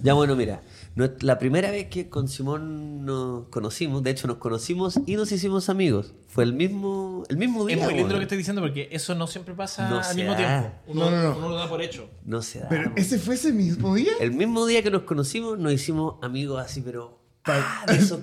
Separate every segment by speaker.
Speaker 1: Ya bueno, mira, no- la primera vez que con Simón nos conocimos, de hecho nos conocimos y nos hicimos amigos. Fue el mismo, el mismo día.
Speaker 2: Es muy lindo
Speaker 1: weón.
Speaker 2: lo que estás diciendo porque eso no siempre pasa
Speaker 1: No
Speaker 2: al
Speaker 1: se
Speaker 2: mismo
Speaker 1: da.
Speaker 2: tiempo. Uno,
Speaker 3: No, no, no.
Speaker 2: uno lo da por hecho.
Speaker 1: No se da.
Speaker 3: Pero
Speaker 1: weón.
Speaker 3: ese fue ese mismo día.
Speaker 1: El mismo día que nos conocimos nos hicimos amigos así, pero...
Speaker 3: Pa-
Speaker 1: de esos-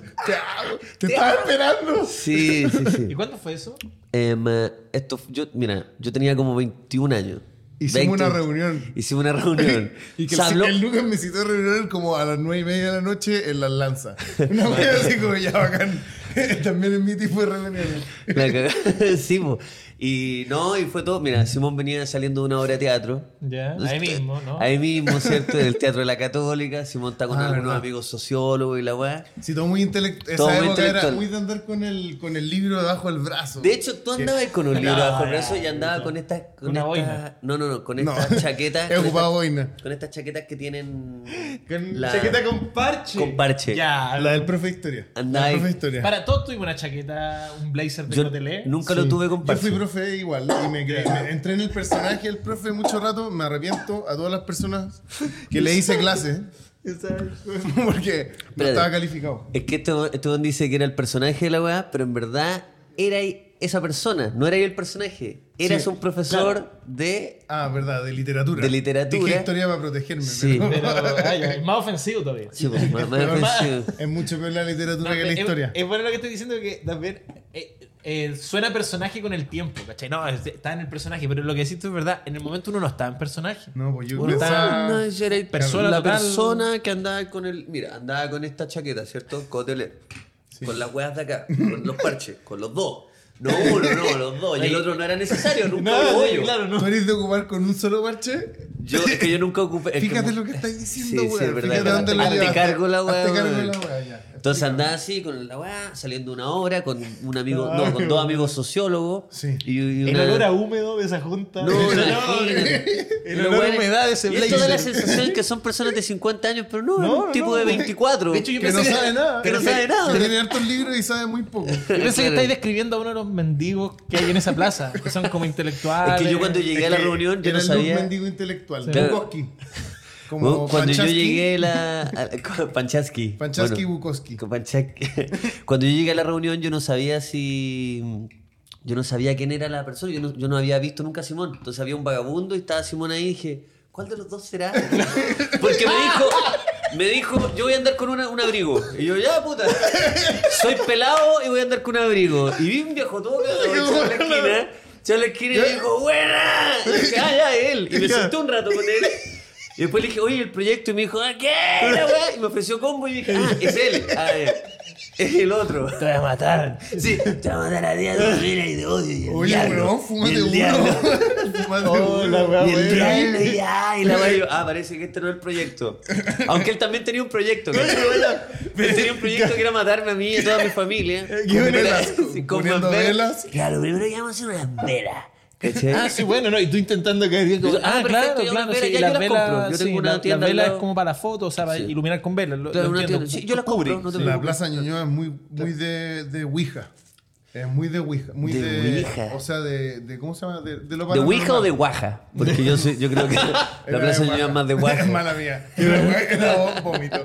Speaker 3: Te estaba esperando.
Speaker 1: Sí, sí,
Speaker 2: ¿Y
Speaker 1: sí.
Speaker 2: cuándo fue eso?
Speaker 1: Em, eh, esto, f- yo, mira, yo tenía como 21 años.
Speaker 3: Hicimos
Speaker 1: 20.
Speaker 3: una reunión.
Speaker 1: Hicimos una reunión.
Speaker 3: Y que
Speaker 1: Se
Speaker 3: el,
Speaker 1: habló-
Speaker 3: el Lucas me citó a reunión como a las nueve y media de la noche en la lanza. Una wea así como ya bacán. También es mi tipo de reunión.
Speaker 1: La cagá- sí, po. Y no, y fue todo. Mira, Simón venía saliendo de una obra de teatro.
Speaker 2: Ya, ahí mismo, ¿no?
Speaker 1: Ahí mismo, ¿cierto? En el Teatro de la Católica. Simón está con
Speaker 3: Ah,
Speaker 1: algunos
Speaker 3: verdad.
Speaker 1: amigos sociólogos y la weá.
Speaker 3: Sí, todo muy intelectual.
Speaker 1: Todo
Speaker 3: Esa
Speaker 1: muy
Speaker 3: época era
Speaker 1: intelectual.
Speaker 3: muy de andar con el, con el libro debajo del brazo.
Speaker 1: De hecho, tú andabas con un libro
Speaker 2: No,
Speaker 1: bajo el
Speaker 2: ya,
Speaker 1: brazo y andabas
Speaker 2: ya.
Speaker 1: con estas. Con
Speaker 2: Una
Speaker 1: estas-
Speaker 2: boina.
Speaker 1: No, no, no, con
Speaker 3: No.
Speaker 1: estas chaquetas.
Speaker 3: He
Speaker 1: con
Speaker 3: ocupado
Speaker 1: estas-
Speaker 3: boina.
Speaker 1: Con estas chaquetas que tienen.
Speaker 3: Con
Speaker 1: la-
Speaker 3: chaqueta con parche. Ah,
Speaker 1: con parche.
Speaker 2: Ya,
Speaker 3: La del profe de historia.
Speaker 1: Andá
Speaker 3: La
Speaker 1: ahí.
Speaker 3: del profe de historia.
Speaker 2: Para todos tuvimos una chaqueta, un blazer de ¿eh?
Speaker 1: Yo
Speaker 2: Cotelé.
Speaker 1: nunca lo tuve con
Speaker 3: Yo
Speaker 1: parche.
Speaker 3: fui profe igual y me, creí- me entré en el personaje del profe mucho rato. Me arrepiento a todas las personas que le hice clase. Porque no
Speaker 1: Espérate.
Speaker 3: estaba calificado.
Speaker 1: Es que este este weón dice que era el personaje de la weá, pero en verdad era esa persona, no era yo el personaje. Eras
Speaker 3: Sí,
Speaker 1: un profesor de.
Speaker 3: Ah, verdad, de literatura.
Speaker 1: De literatura.
Speaker 3: Dije historia para protegerme.
Speaker 1: Sí.
Speaker 3: pero-
Speaker 2: Pero ay, ay, más ofensivo todavía.
Speaker 1: Sí, pues, más- más
Speaker 3: pero
Speaker 1: ofensivo.
Speaker 3: Es mucho peor la literatura
Speaker 2: No, eh,
Speaker 3: que la
Speaker 2: es,
Speaker 3: historia.
Speaker 2: es bueno lo que estoy diciendo que también eh, eh, suena personaje con el tiempo, ¿cachai? No, es- está en el personaje, pero lo que decís tú es verdad, en el momento uno no está en personaje.
Speaker 3: no, pues yo
Speaker 2: Uno está-
Speaker 3: pensaba-
Speaker 1: No, ese era el-
Speaker 2: Persona
Speaker 1: la
Speaker 2: total.
Speaker 1: persona que andaba con el. Mira, andaba con esta chaqueta, ¿cierto? Cotele. Con las weas de acá, con los parches, con los dos. No uno, no, los dos. Y el otro no era necesario, nunca
Speaker 2: No,
Speaker 1: hubo
Speaker 2: sí,
Speaker 1: hoyo.
Speaker 2: claro, no.
Speaker 3: ¿Tú eres de ocupar con un solo parche?
Speaker 1: Yo, es que yo nunca ocupé. es que-
Speaker 3: Fíjate lo que estás diciendo,
Speaker 1: Sí,
Speaker 3: weón.
Speaker 1: sí, es verdad.
Speaker 3: Fíjate
Speaker 1: es
Speaker 3: dónde
Speaker 1: verdad.
Speaker 3: la
Speaker 1: Hazte
Speaker 3: llevaste.
Speaker 1: cargo la
Speaker 3: Hazte
Speaker 1: weá.
Speaker 3: cargo
Speaker 1: weón.
Speaker 3: la weá, ya.
Speaker 1: Entonces
Speaker 3: Explícame.
Speaker 1: andaba así con la weá, saliendo una hora, con un amigo, no, con dos amigos sociólogos.
Speaker 3: Sí.
Speaker 1: Y, y
Speaker 2: El
Speaker 1: una-
Speaker 2: olor a húmedo de esa junta.
Speaker 1: No,
Speaker 2: Eso
Speaker 1: imagínate.
Speaker 2: El
Speaker 1: Pero,
Speaker 2: olor a
Speaker 1: weón,
Speaker 2: humedad de ese
Speaker 1: y Esto da la
Speaker 2: blazer.
Speaker 1: sensación que son personas de 50 años, pero no,
Speaker 2: No,
Speaker 1: era un
Speaker 2: no,
Speaker 1: tipo de
Speaker 2: no.
Speaker 1: 24.
Speaker 2: De hecho, yo
Speaker 3: Que no
Speaker 2: pensé
Speaker 3: sabe nada.
Speaker 1: que no
Speaker 3: Que-
Speaker 1: sabe nada.
Speaker 3: que Tiene hartos libros y sabe muy poco.
Speaker 2: Yo pensé que
Speaker 1: Claro.
Speaker 2: estáis describiendo a uno de los mendigos que hay en esa plaza, que son como intelectuales.
Speaker 1: Es que yo cuando llegué a la
Speaker 3: Es que
Speaker 1: reunión, yo no
Speaker 3: era el
Speaker 1: sabía.
Speaker 3: Luke mendigo intelectual.
Speaker 2: Sí.
Speaker 1: Claro.
Speaker 3: Bukowski. Como
Speaker 1: Bueno, cuando yo
Speaker 3: Panchaski.
Speaker 1: llegué a la. a- Panchaski.
Speaker 3: Panchaski y
Speaker 1: Bueno,
Speaker 3: Bukowski.
Speaker 1: con Panchaski. Cuando yo llegué a la reunión, yo no sabía si. Yo no sabía quién era la persona. Yo no, yo no había visto nunca a Simón. Entonces había un vagabundo y estaba Simón ahí y dije, ¿cuál de los dos será? Porque me dijo. Me dijo, yo voy a andar con una- un abrigo. Y yo, ya, puta. Soy pelado y voy a andar con un abrigo. Y vi un viejo todo cagado, echado en la esquina. echado en la esquina y me ¿eh? dijo, ¡buena! Y dije, ah, ya, él. Y me senté un rato con él. Y después le dije, oye, el proyecto. Y me dijo, ¿ah, qué? La weá. Y me ofreció combo. Y dije, ah, es él. Ah, ya. Es el otro. Te voy a matar. Sí, te voy a matar a día de mira y de odio. Y el
Speaker 3: Oye,
Speaker 1: diablo,
Speaker 3: weón,
Speaker 1: y
Speaker 3: fumate
Speaker 1: el
Speaker 3: uno.
Speaker 1: diablo.
Speaker 3: Fumate
Speaker 2: Oh, la
Speaker 3: uno.
Speaker 2: weá,
Speaker 1: Y el
Speaker 2: weón.
Speaker 1: diablo, y ay, la weá. Y yo, Ah, parece que este no es el proyecto. Aunque él también tenía un proyecto. ¿cachai? Él tenía un proyecto que era matarme a mí y a toda mi familia.
Speaker 3: Con velas.
Speaker 1: Sí, con
Speaker 3: Poniendo
Speaker 1: más
Speaker 3: velas.
Speaker 1: Claro, primero que vamos a hacer unas velas. ¿Cachai?
Speaker 2: Ah, sí, bueno, no, y tú intentando caer bien como,
Speaker 1: Yo, ah,
Speaker 2: ah,
Speaker 1: perfecto,
Speaker 2: claro,
Speaker 1: yo las
Speaker 2: claro,
Speaker 1: velas,
Speaker 2: sí,
Speaker 1: ya
Speaker 2: las
Speaker 1: yo las compro.
Speaker 2: velas,
Speaker 1: Yo
Speaker 2: sí,
Speaker 1: tengo una
Speaker 2: la- las
Speaker 1: tienda al
Speaker 2: velas es
Speaker 1: lado.
Speaker 2: como para la foto, o sea, para
Speaker 1: Sí.
Speaker 2: iluminar con velas, lo,
Speaker 1: Claro,
Speaker 2: lo
Speaker 1: una
Speaker 2: entiendo.
Speaker 1: tienda. Sí, yo las compro, no te
Speaker 3: La
Speaker 1: preocupes.
Speaker 3: Plaza Ñuñoa es muy, muy de, de Ouija. Es muy de Ouija. Muy
Speaker 1: De
Speaker 3: de,
Speaker 1: Ouija.
Speaker 3: O sea, de, de- ¿Cómo se llama? De, de lo
Speaker 1: ¿De
Speaker 3: paranormal.
Speaker 1: Ouija o de Guaja? Porque yo, soy- yo creo que
Speaker 3: Era
Speaker 1: la
Speaker 3: de
Speaker 1: plaza
Speaker 3: Eh, Ouija.
Speaker 1: es más de
Speaker 3: Es
Speaker 1: Guaja.
Speaker 3: mala mía. Era Ouija, era vómito.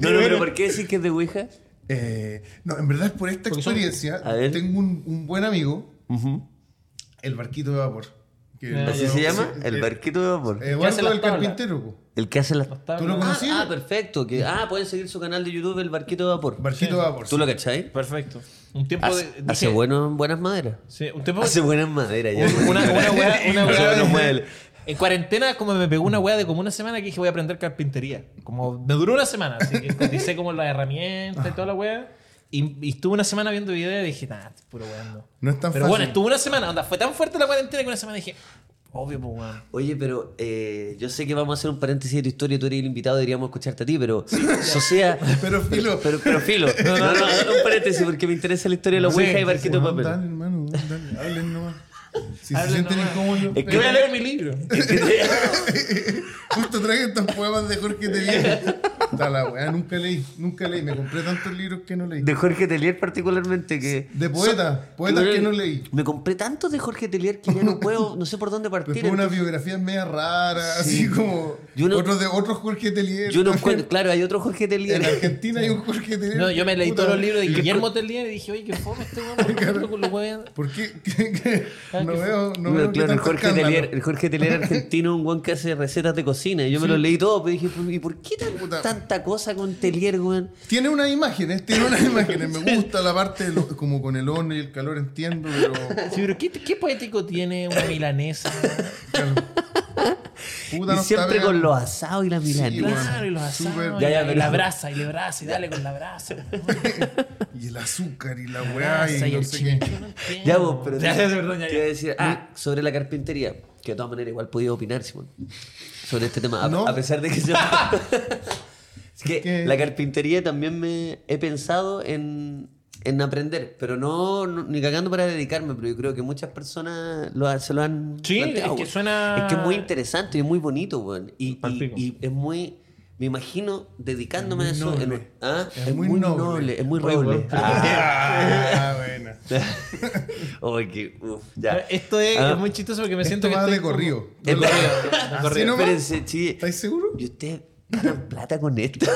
Speaker 1: No, no, pero ¿por qué decís que es de Ouija?
Speaker 3: Eh, no, en verdad, por esta
Speaker 2: Porque son-
Speaker 3: experiencia,
Speaker 1: A ver.
Speaker 3: tengo un, un buen amigo, el barquito de vapor. que-
Speaker 2: Ah,
Speaker 1: ¿Así
Speaker 2: ya.
Speaker 1: se llama?
Speaker 3: Sí,
Speaker 1: El
Speaker 3: eh,
Speaker 1: barquito de vapor.
Speaker 2: Que hace
Speaker 3: Eduardo
Speaker 2: las
Speaker 3: del
Speaker 2: tablas.
Speaker 3: Carpintero. po.
Speaker 1: El que hace las...
Speaker 2: Las tablas.
Speaker 3: ¿Tú lo
Speaker 1: Ah,
Speaker 3: conocí?
Speaker 1: ah, perfecto. Que, ah, pueden seguir su canal de YouTube, El Barquito de Vapor.
Speaker 3: Barquito de vapor.
Speaker 1: ¿Tú lo
Speaker 3: sí.
Speaker 1: cachai?
Speaker 2: Perfecto. Un tiempo
Speaker 1: Hace,
Speaker 2: de.
Speaker 1: hace
Speaker 2: dije-
Speaker 1: bueno- buenas maderas.
Speaker 2: Sí, un tiempo.
Speaker 1: Hace buenas maderas. ya.
Speaker 2: un- una, una weá. Una
Speaker 1: Eso
Speaker 2: weá
Speaker 1: no
Speaker 2: de-
Speaker 1: mueve.
Speaker 2: En cuarentena, como me pegó una weá de como una semana que dije voy a aprender carpintería. Como me duró una semana, así que coticé como las herramientas y toda la weá. Y, y estuve una semana viendo videos y dije, nah, puro weando.
Speaker 3: No es tan
Speaker 2: Pero
Speaker 3: fácil.
Speaker 2: bueno, estuve una semana, onda, fue tan fuerte la cuarentena que una semana dije, obvio, pues weón.
Speaker 1: Oye, pero eh, yo sé que vamos a hacer un paréntesis de tu historia. Tú eres el invitado, deberíamos escucharte a ti, pero... Socia...
Speaker 3: Pero filo.
Speaker 1: Pero, pero filo. No, no, no, hagamos un paréntesis porque me interesa la historia de la
Speaker 2: Sí,
Speaker 1: Ouija y
Speaker 2: sí,
Speaker 1: Barquito de
Speaker 3: Weón,
Speaker 1: Papel.
Speaker 3: Dale, hermano, weón, dale, hablen nomás. Si se
Speaker 2: Hablen
Speaker 3: sienten
Speaker 2: nomás.
Speaker 3: incómodos, eh,
Speaker 1: Es que-
Speaker 2: Yo voy a leer mi libro.
Speaker 1: Es que te-
Speaker 3: justo traje estos poemas de Jorge Tellez. Está la weá, nunca leí, nunca leí. Me compré tantos libros que no leí.
Speaker 1: De Jorge Telier particularmente que...
Speaker 3: De poeta, poetas que no leí.
Speaker 1: Me compré tantos de Jorge Telier que ya no puedo, no sé por dónde partir.
Speaker 3: Después unas biografías media raras, así como
Speaker 1: Yo no-
Speaker 3: otros de otros Jorge Telier.
Speaker 1: Yo no
Speaker 3: también.
Speaker 1: encuentro, claro, hay otro Jorge Telier.
Speaker 3: En Argentina hay un Jorge Telier.
Speaker 2: No, yo me leí
Speaker 3: Puta.
Speaker 2: todos los libros de Guillermo Telier y dije, oye, qué fome este weón, por ejemplo, con los weones.
Speaker 3: ¿Por qué? ¿Qué- qué?
Speaker 2: Ah,
Speaker 3: No veo, no
Speaker 1: No,
Speaker 3: veo qué
Speaker 1: claro, el
Speaker 3: tanto
Speaker 1: Jorge,
Speaker 3: escándalo.
Speaker 1: Telier, el Jorge Telier argentino, un guan que hace recetas de cocina. Y yo me lo leí todo, pero dije, ¿y por qué tan-
Speaker 3: Puta.
Speaker 1: tanta cosa con Telier, weón?
Speaker 3: Tiene unas imágenes, tiene unas imágenes. Me gusta la parte de lo- como con el horno y el calor, entiendo, pero.
Speaker 2: Sí, pero ¿qué, ¿qué poético tiene una milanesa?
Speaker 3: claro. Puta,
Speaker 1: y
Speaker 3: no
Speaker 1: siempre
Speaker 3: está
Speaker 1: con
Speaker 3: bien.
Speaker 1: los asados y las milanesas.
Speaker 3: bueno.
Speaker 2: Claro, y los asados,
Speaker 3: Súper.
Speaker 2: y,
Speaker 1: Ya, ya,
Speaker 2: y
Speaker 1: pero-
Speaker 2: la brasa, y la brasa, y dale con la brasa.
Speaker 3: Y el azúcar y la
Speaker 1: Ah,
Speaker 3: weá
Speaker 2: brasa
Speaker 3: y
Speaker 2: y
Speaker 3: no
Speaker 2: el
Speaker 3: sé qué.
Speaker 2: chimichurri, no entiendo.
Speaker 1: ya vos, pero
Speaker 2: Ya, ya, perdón, ya,
Speaker 1: te
Speaker 2: ya.
Speaker 1: iba a decir, ah, sobre la carpintería, que de todas maneras igual podía opinar, Simón, sobre este tema, a,
Speaker 3: No.
Speaker 1: a pesar de que yo... es que
Speaker 3: ¿Qué?
Speaker 1: la carpintería también me he pensado en, en aprender, pero no, no- ni cagando para dedicarme, pero yo creo que muchas personas lo, ha- se lo han
Speaker 2: Sí,
Speaker 1: planteado,
Speaker 2: es que
Speaker 1: weón.
Speaker 2: suena-
Speaker 1: Es que es muy interesante y es muy bonito, weón. Y, y-
Speaker 2: Palpico.
Speaker 1: y es muy... Me imagino dedicándome a eso. en-
Speaker 3: noble.
Speaker 1: ¿Ah?
Speaker 3: Es
Speaker 1: Es,
Speaker 3: muy
Speaker 1: muy,
Speaker 3: noble.
Speaker 1: noble. es muy
Speaker 2: Oye,
Speaker 1: roble.
Speaker 2: weón, pero-
Speaker 3: Ah, buena.
Speaker 1: Oye, que- uf, ya.
Speaker 2: Eh, Esto es,
Speaker 1: Ah.
Speaker 2: es muy chistoso porque me siento
Speaker 3: Esto
Speaker 2: que
Speaker 3: va de
Speaker 2: estoy como-
Speaker 3: corrido.
Speaker 1: Es
Speaker 3: No lo
Speaker 1: corrido,
Speaker 3: veo. ¿Así
Speaker 1: Correo,
Speaker 3: nomás?
Speaker 1: espérense, sí.
Speaker 3: ¿Estáis seguros?
Speaker 1: ¿Y usted ganan plata con esto?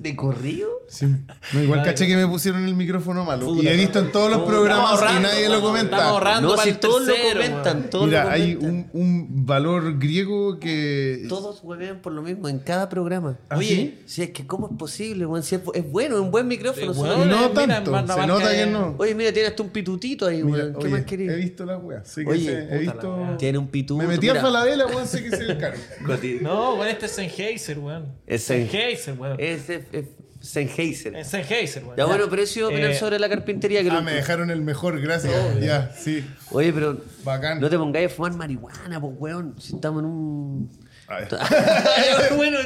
Speaker 1: ¿De corrido?
Speaker 3: Sí. No, igual caché que me pusieron el micrófono malo.
Speaker 1: Puta
Speaker 3: y he visto en todos los
Speaker 1: madre.
Speaker 3: programas
Speaker 2: Estamos
Speaker 3: y
Speaker 2: ahorrando,
Speaker 3: nadie lo
Speaker 2: estamos
Speaker 3: comenta.
Speaker 2: ahorrando. Ahorrando
Speaker 1: No,
Speaker 2: para
Speaker 1: si
Speaker 2: el
Speaker 1: todos lo
Speaker 2: tercero,
Speaker 1: comentan,
Speaker 2: weón.
Speaker 1: todos lo
Speaker 3: Mira, hay
Speaker 1: comentan.
Speaker 3: un, un valor griego que.
Speaker 1: Todos huevean por lo mismo en cada programa.
Speaker 3: ¿Ah,
Speaker 1: Oye,
Speaker 3: sí?
Speaker 1: si es que cómo es posible, weón, si es, bu- es bueno, es un buen micrófono.
Speaker 2: Sí,
Speaker 1: se
Speaker 2: weón. eh,
Speaker 1: nota.
Speaker 3: No
Speaker 2: Mira,
Speaker 3: tanto.
Speaker 2: van a
Speaker 3: se
Speaker 2: marcar
Speaker 3: nota que
Speaker 2: el-
Speaker 3: no.
Speaker 1: Oye, mira, tiene hasta un pitutito ahí,
Speaker 3: Mira,
Speaker 1: weón. ¿Qué
Speaker 3: oye,
Speaker 1: más
Speaker 3: he
Speaker 1: querés?
Speaker 3: visto la weá. Sí que
Speaker 1: Oye,
Speaker 3: sé, he
Speaker 2: puta la
Speaker 3: visto.
Speaker 2: weá.
Speaker 1: Tiene un pituto.
Speaker 3: Me metí a
Speaker 1: mira.
Speaker 3: Falabella, weón, sé que sé el caro.
Speaker 1: Coti-
Speaker 2: No, bueno, este es Sennheiser, weón.
Speaker 1: Es Sen-
Speaker 2: Sennheiser, weón.
Speaker 1: Es, es, es Sennheiser.
Speaker 2: Es Sennheiser, weón.
Speaker 1: Ya bueno, pero eso iba a opinar
Speaker 2: Eh,
Speaker 1: sobre la carpintería. Que
Speaker 3: Ah,
Speaker 1: lo-
Speaker 3: me dejaron el mejor, gracias. Ya, sí.
Speaker 1: Oye, pero
Speaker 3: Bacán.
Speaker 1: no te pongáis a fumar marihuana, pues, weón. Si estamos en un...
Speaker 3: A ver.
Speaker 2: bueno.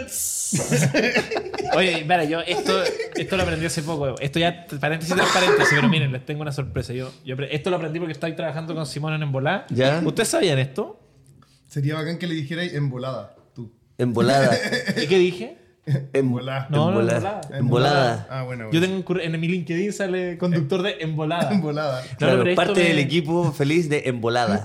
Speaker 2: Oye, mira, yo esto, esto lo aprendí hace poco. Esto ya, paréntesis tras paréntesis, pero miren, les tengo una sorpresa. Yo, yo apre- esto lo aprendí porque estoy trabajando con Simón en Embolá.
Speaker 1: Ya.
Speaker 2: ¿Ustedes sabían esto?
Speaker 3: Sería bacán que le dijerais en volada. Tú.
Speaker 1: En volada.
Speaker 2: ¿Y qué dije?
Speaker 1: En
Speaker 3: volada.
Speaker 2: No,
Speaker 1: en
Speaker 2: no, en
Speaker 1: volada.
Speaker 2: volada.
Speaker 1: En volada.
Speaker 3: Ah, bueno.
Speaker 2: Yo
Speaker 3: bueno.
Speaker 2: tengo un curr- en mi LinkedIn sale conductor de Embolada.
Speaker 3: En volada.
Speaker 2: No, no,
Speaker 1: Claro,
Speaker 2: pero esto
Speaker 1: parte
Speaker 2: me-
Speaker 1: del equipo feliz de Embolada.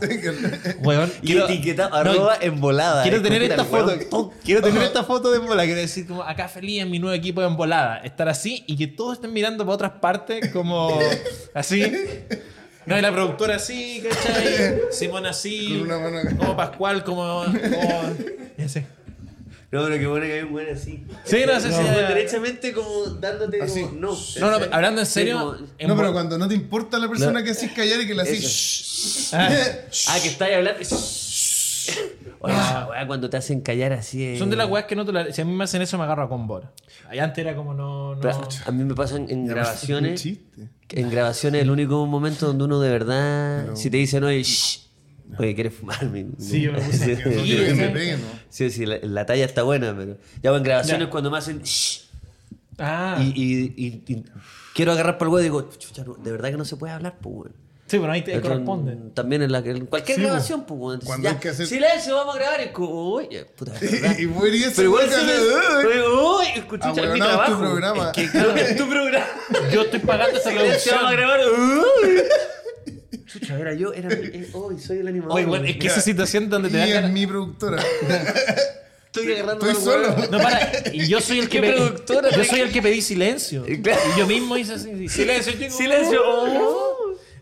Speaker 2: Weón,
Speaker 1: Y
Speaker 2: quiero-
Speaker 1: etiqueta
Speaker 2: no,
Speaker 1: arroba embolada.
Speaker 2: Quiero
Speaker 1: Eh,
Speaker 2: tener
Speaker 1: puta,
Speaker 2: esta
Speaker 1: weón.
Speaker 2: foto. Quiero tener esta foto de embolada. Quiero decir, como acá feliz en mi nuevo equipo de embolada. Estar así y que todos estén mirando para otras partes, como así. No, y la productora así, ¿cachai? Simón así.
Speaker 3: Con una mano acá.
Speaker 2: Como Pascual, como. como- y así.
Speaker 1: No, pero que bueno que hay un buen así.
Speaker 2: Sí, no sé si-
Speaker 1: Como derechamente como dándote
Speaker 3: Así.
Speaker 1: como, no.
Speaker 2: No, no, hablando en
Speaker 1: Sí,
Speaker 2: serio.
Speaker 1: como-
Speaker 3: No,
Speaker 2: embo-
Speaker 3: pero cuando no te importa la persona que haces callar y que la haces. pues,
Speaker 1: Ah, que estáis hablando. Oye, esa weá, cuando te hacen callar así. eh.
Speaker 2: Ah. Son de las weas que no te la- Si a mí me hacen eso, me agarro a combo. Allá antes era como no. no-
Speaker 1: Pero A mí me pasan en
Speaker 3: Un
Speaker 1: grabaciones.
Speaker 3: chiste.
Speaker 1: En grabaciones es el único momento donde uno de verdad. Si te dicen, oye, shh, oye, ¿quieres fumarme?
Speaker 2: Sí, yo me puse-
Speaker 1: Sí,
Speaker 3: No
Speaker 2: Y-
Speaker 3: quiero que me
Speaker 2: sí.
Speaker 3: peguen, ¿no?
Speaker 1: Sí, sí, la, la talla está buena, pero. Ya bueno, en grabaciones
Speaker 2: Ya.
Speaker 1: cuando me hacen. "Shh",
Speaker 2: Ah.
Speaker 1: y, y- y- y quiero agarrar para el huevo y digo, "Chucha, no, de verdad que no se puede hablar, pues, weón.
Speaker 2: sí, pero ahí te
Speaker 1: Esto
Speaker 2: corresponde.
Speaker 1: en- También en, la, que- en cualquier
Speaker 3: Sí,
Speaker 1: grabación, pues, weón.
Speaker 3: Cuando
Speaker 1: Ya,
Speaker 3: hay que hacer-
Speaker 1: Silencio, vamos a grabar. Y es como, oye, puta, de verdad.
Speaker 3: Y voy a ir
Speaker 1: Pero igual
Speaker 3: ese-
Speaker 1: se me- pero, uy, escucha, es mi
Speaker 3: Ahueonado Ah, es tu
Speaker 1: trabajo.
Speaker 3: programa.
Speaker 1: Es que creo que es tu programa.
Speaker 2: Yo estoy pagando esa
Speaker 1: Silencio, vamos a
Speaker 2: producción.
Speaker 1: grabar. uy. Chucha, era yo, era mi- eh, Uy, soy el animador.
Speaker 2: Oye, bueno,
Speaker 1: weón.
Speaker 2: es que esa situación donde te
Speaker 3: Y es
Speaker 2: dan
Speaker 3: mi productora.
Speaker 1: estoy agarrando
Speaker 3: Estoy
Speaker 1: al huevo.
Speaker 3: solo.
Speaker 2: No, para. Y yo soy el que
Speaker 1: ¿Qué
Speaker 2: pedí.
Speaker 1: productora?
Speaker 2: Yo soy el que pedí silencio.
Speaker 1: Y claro.
Speaker 2: Y yo mismo hice así. Silencio, chicos.
Speaker 1: Silencio. Oh.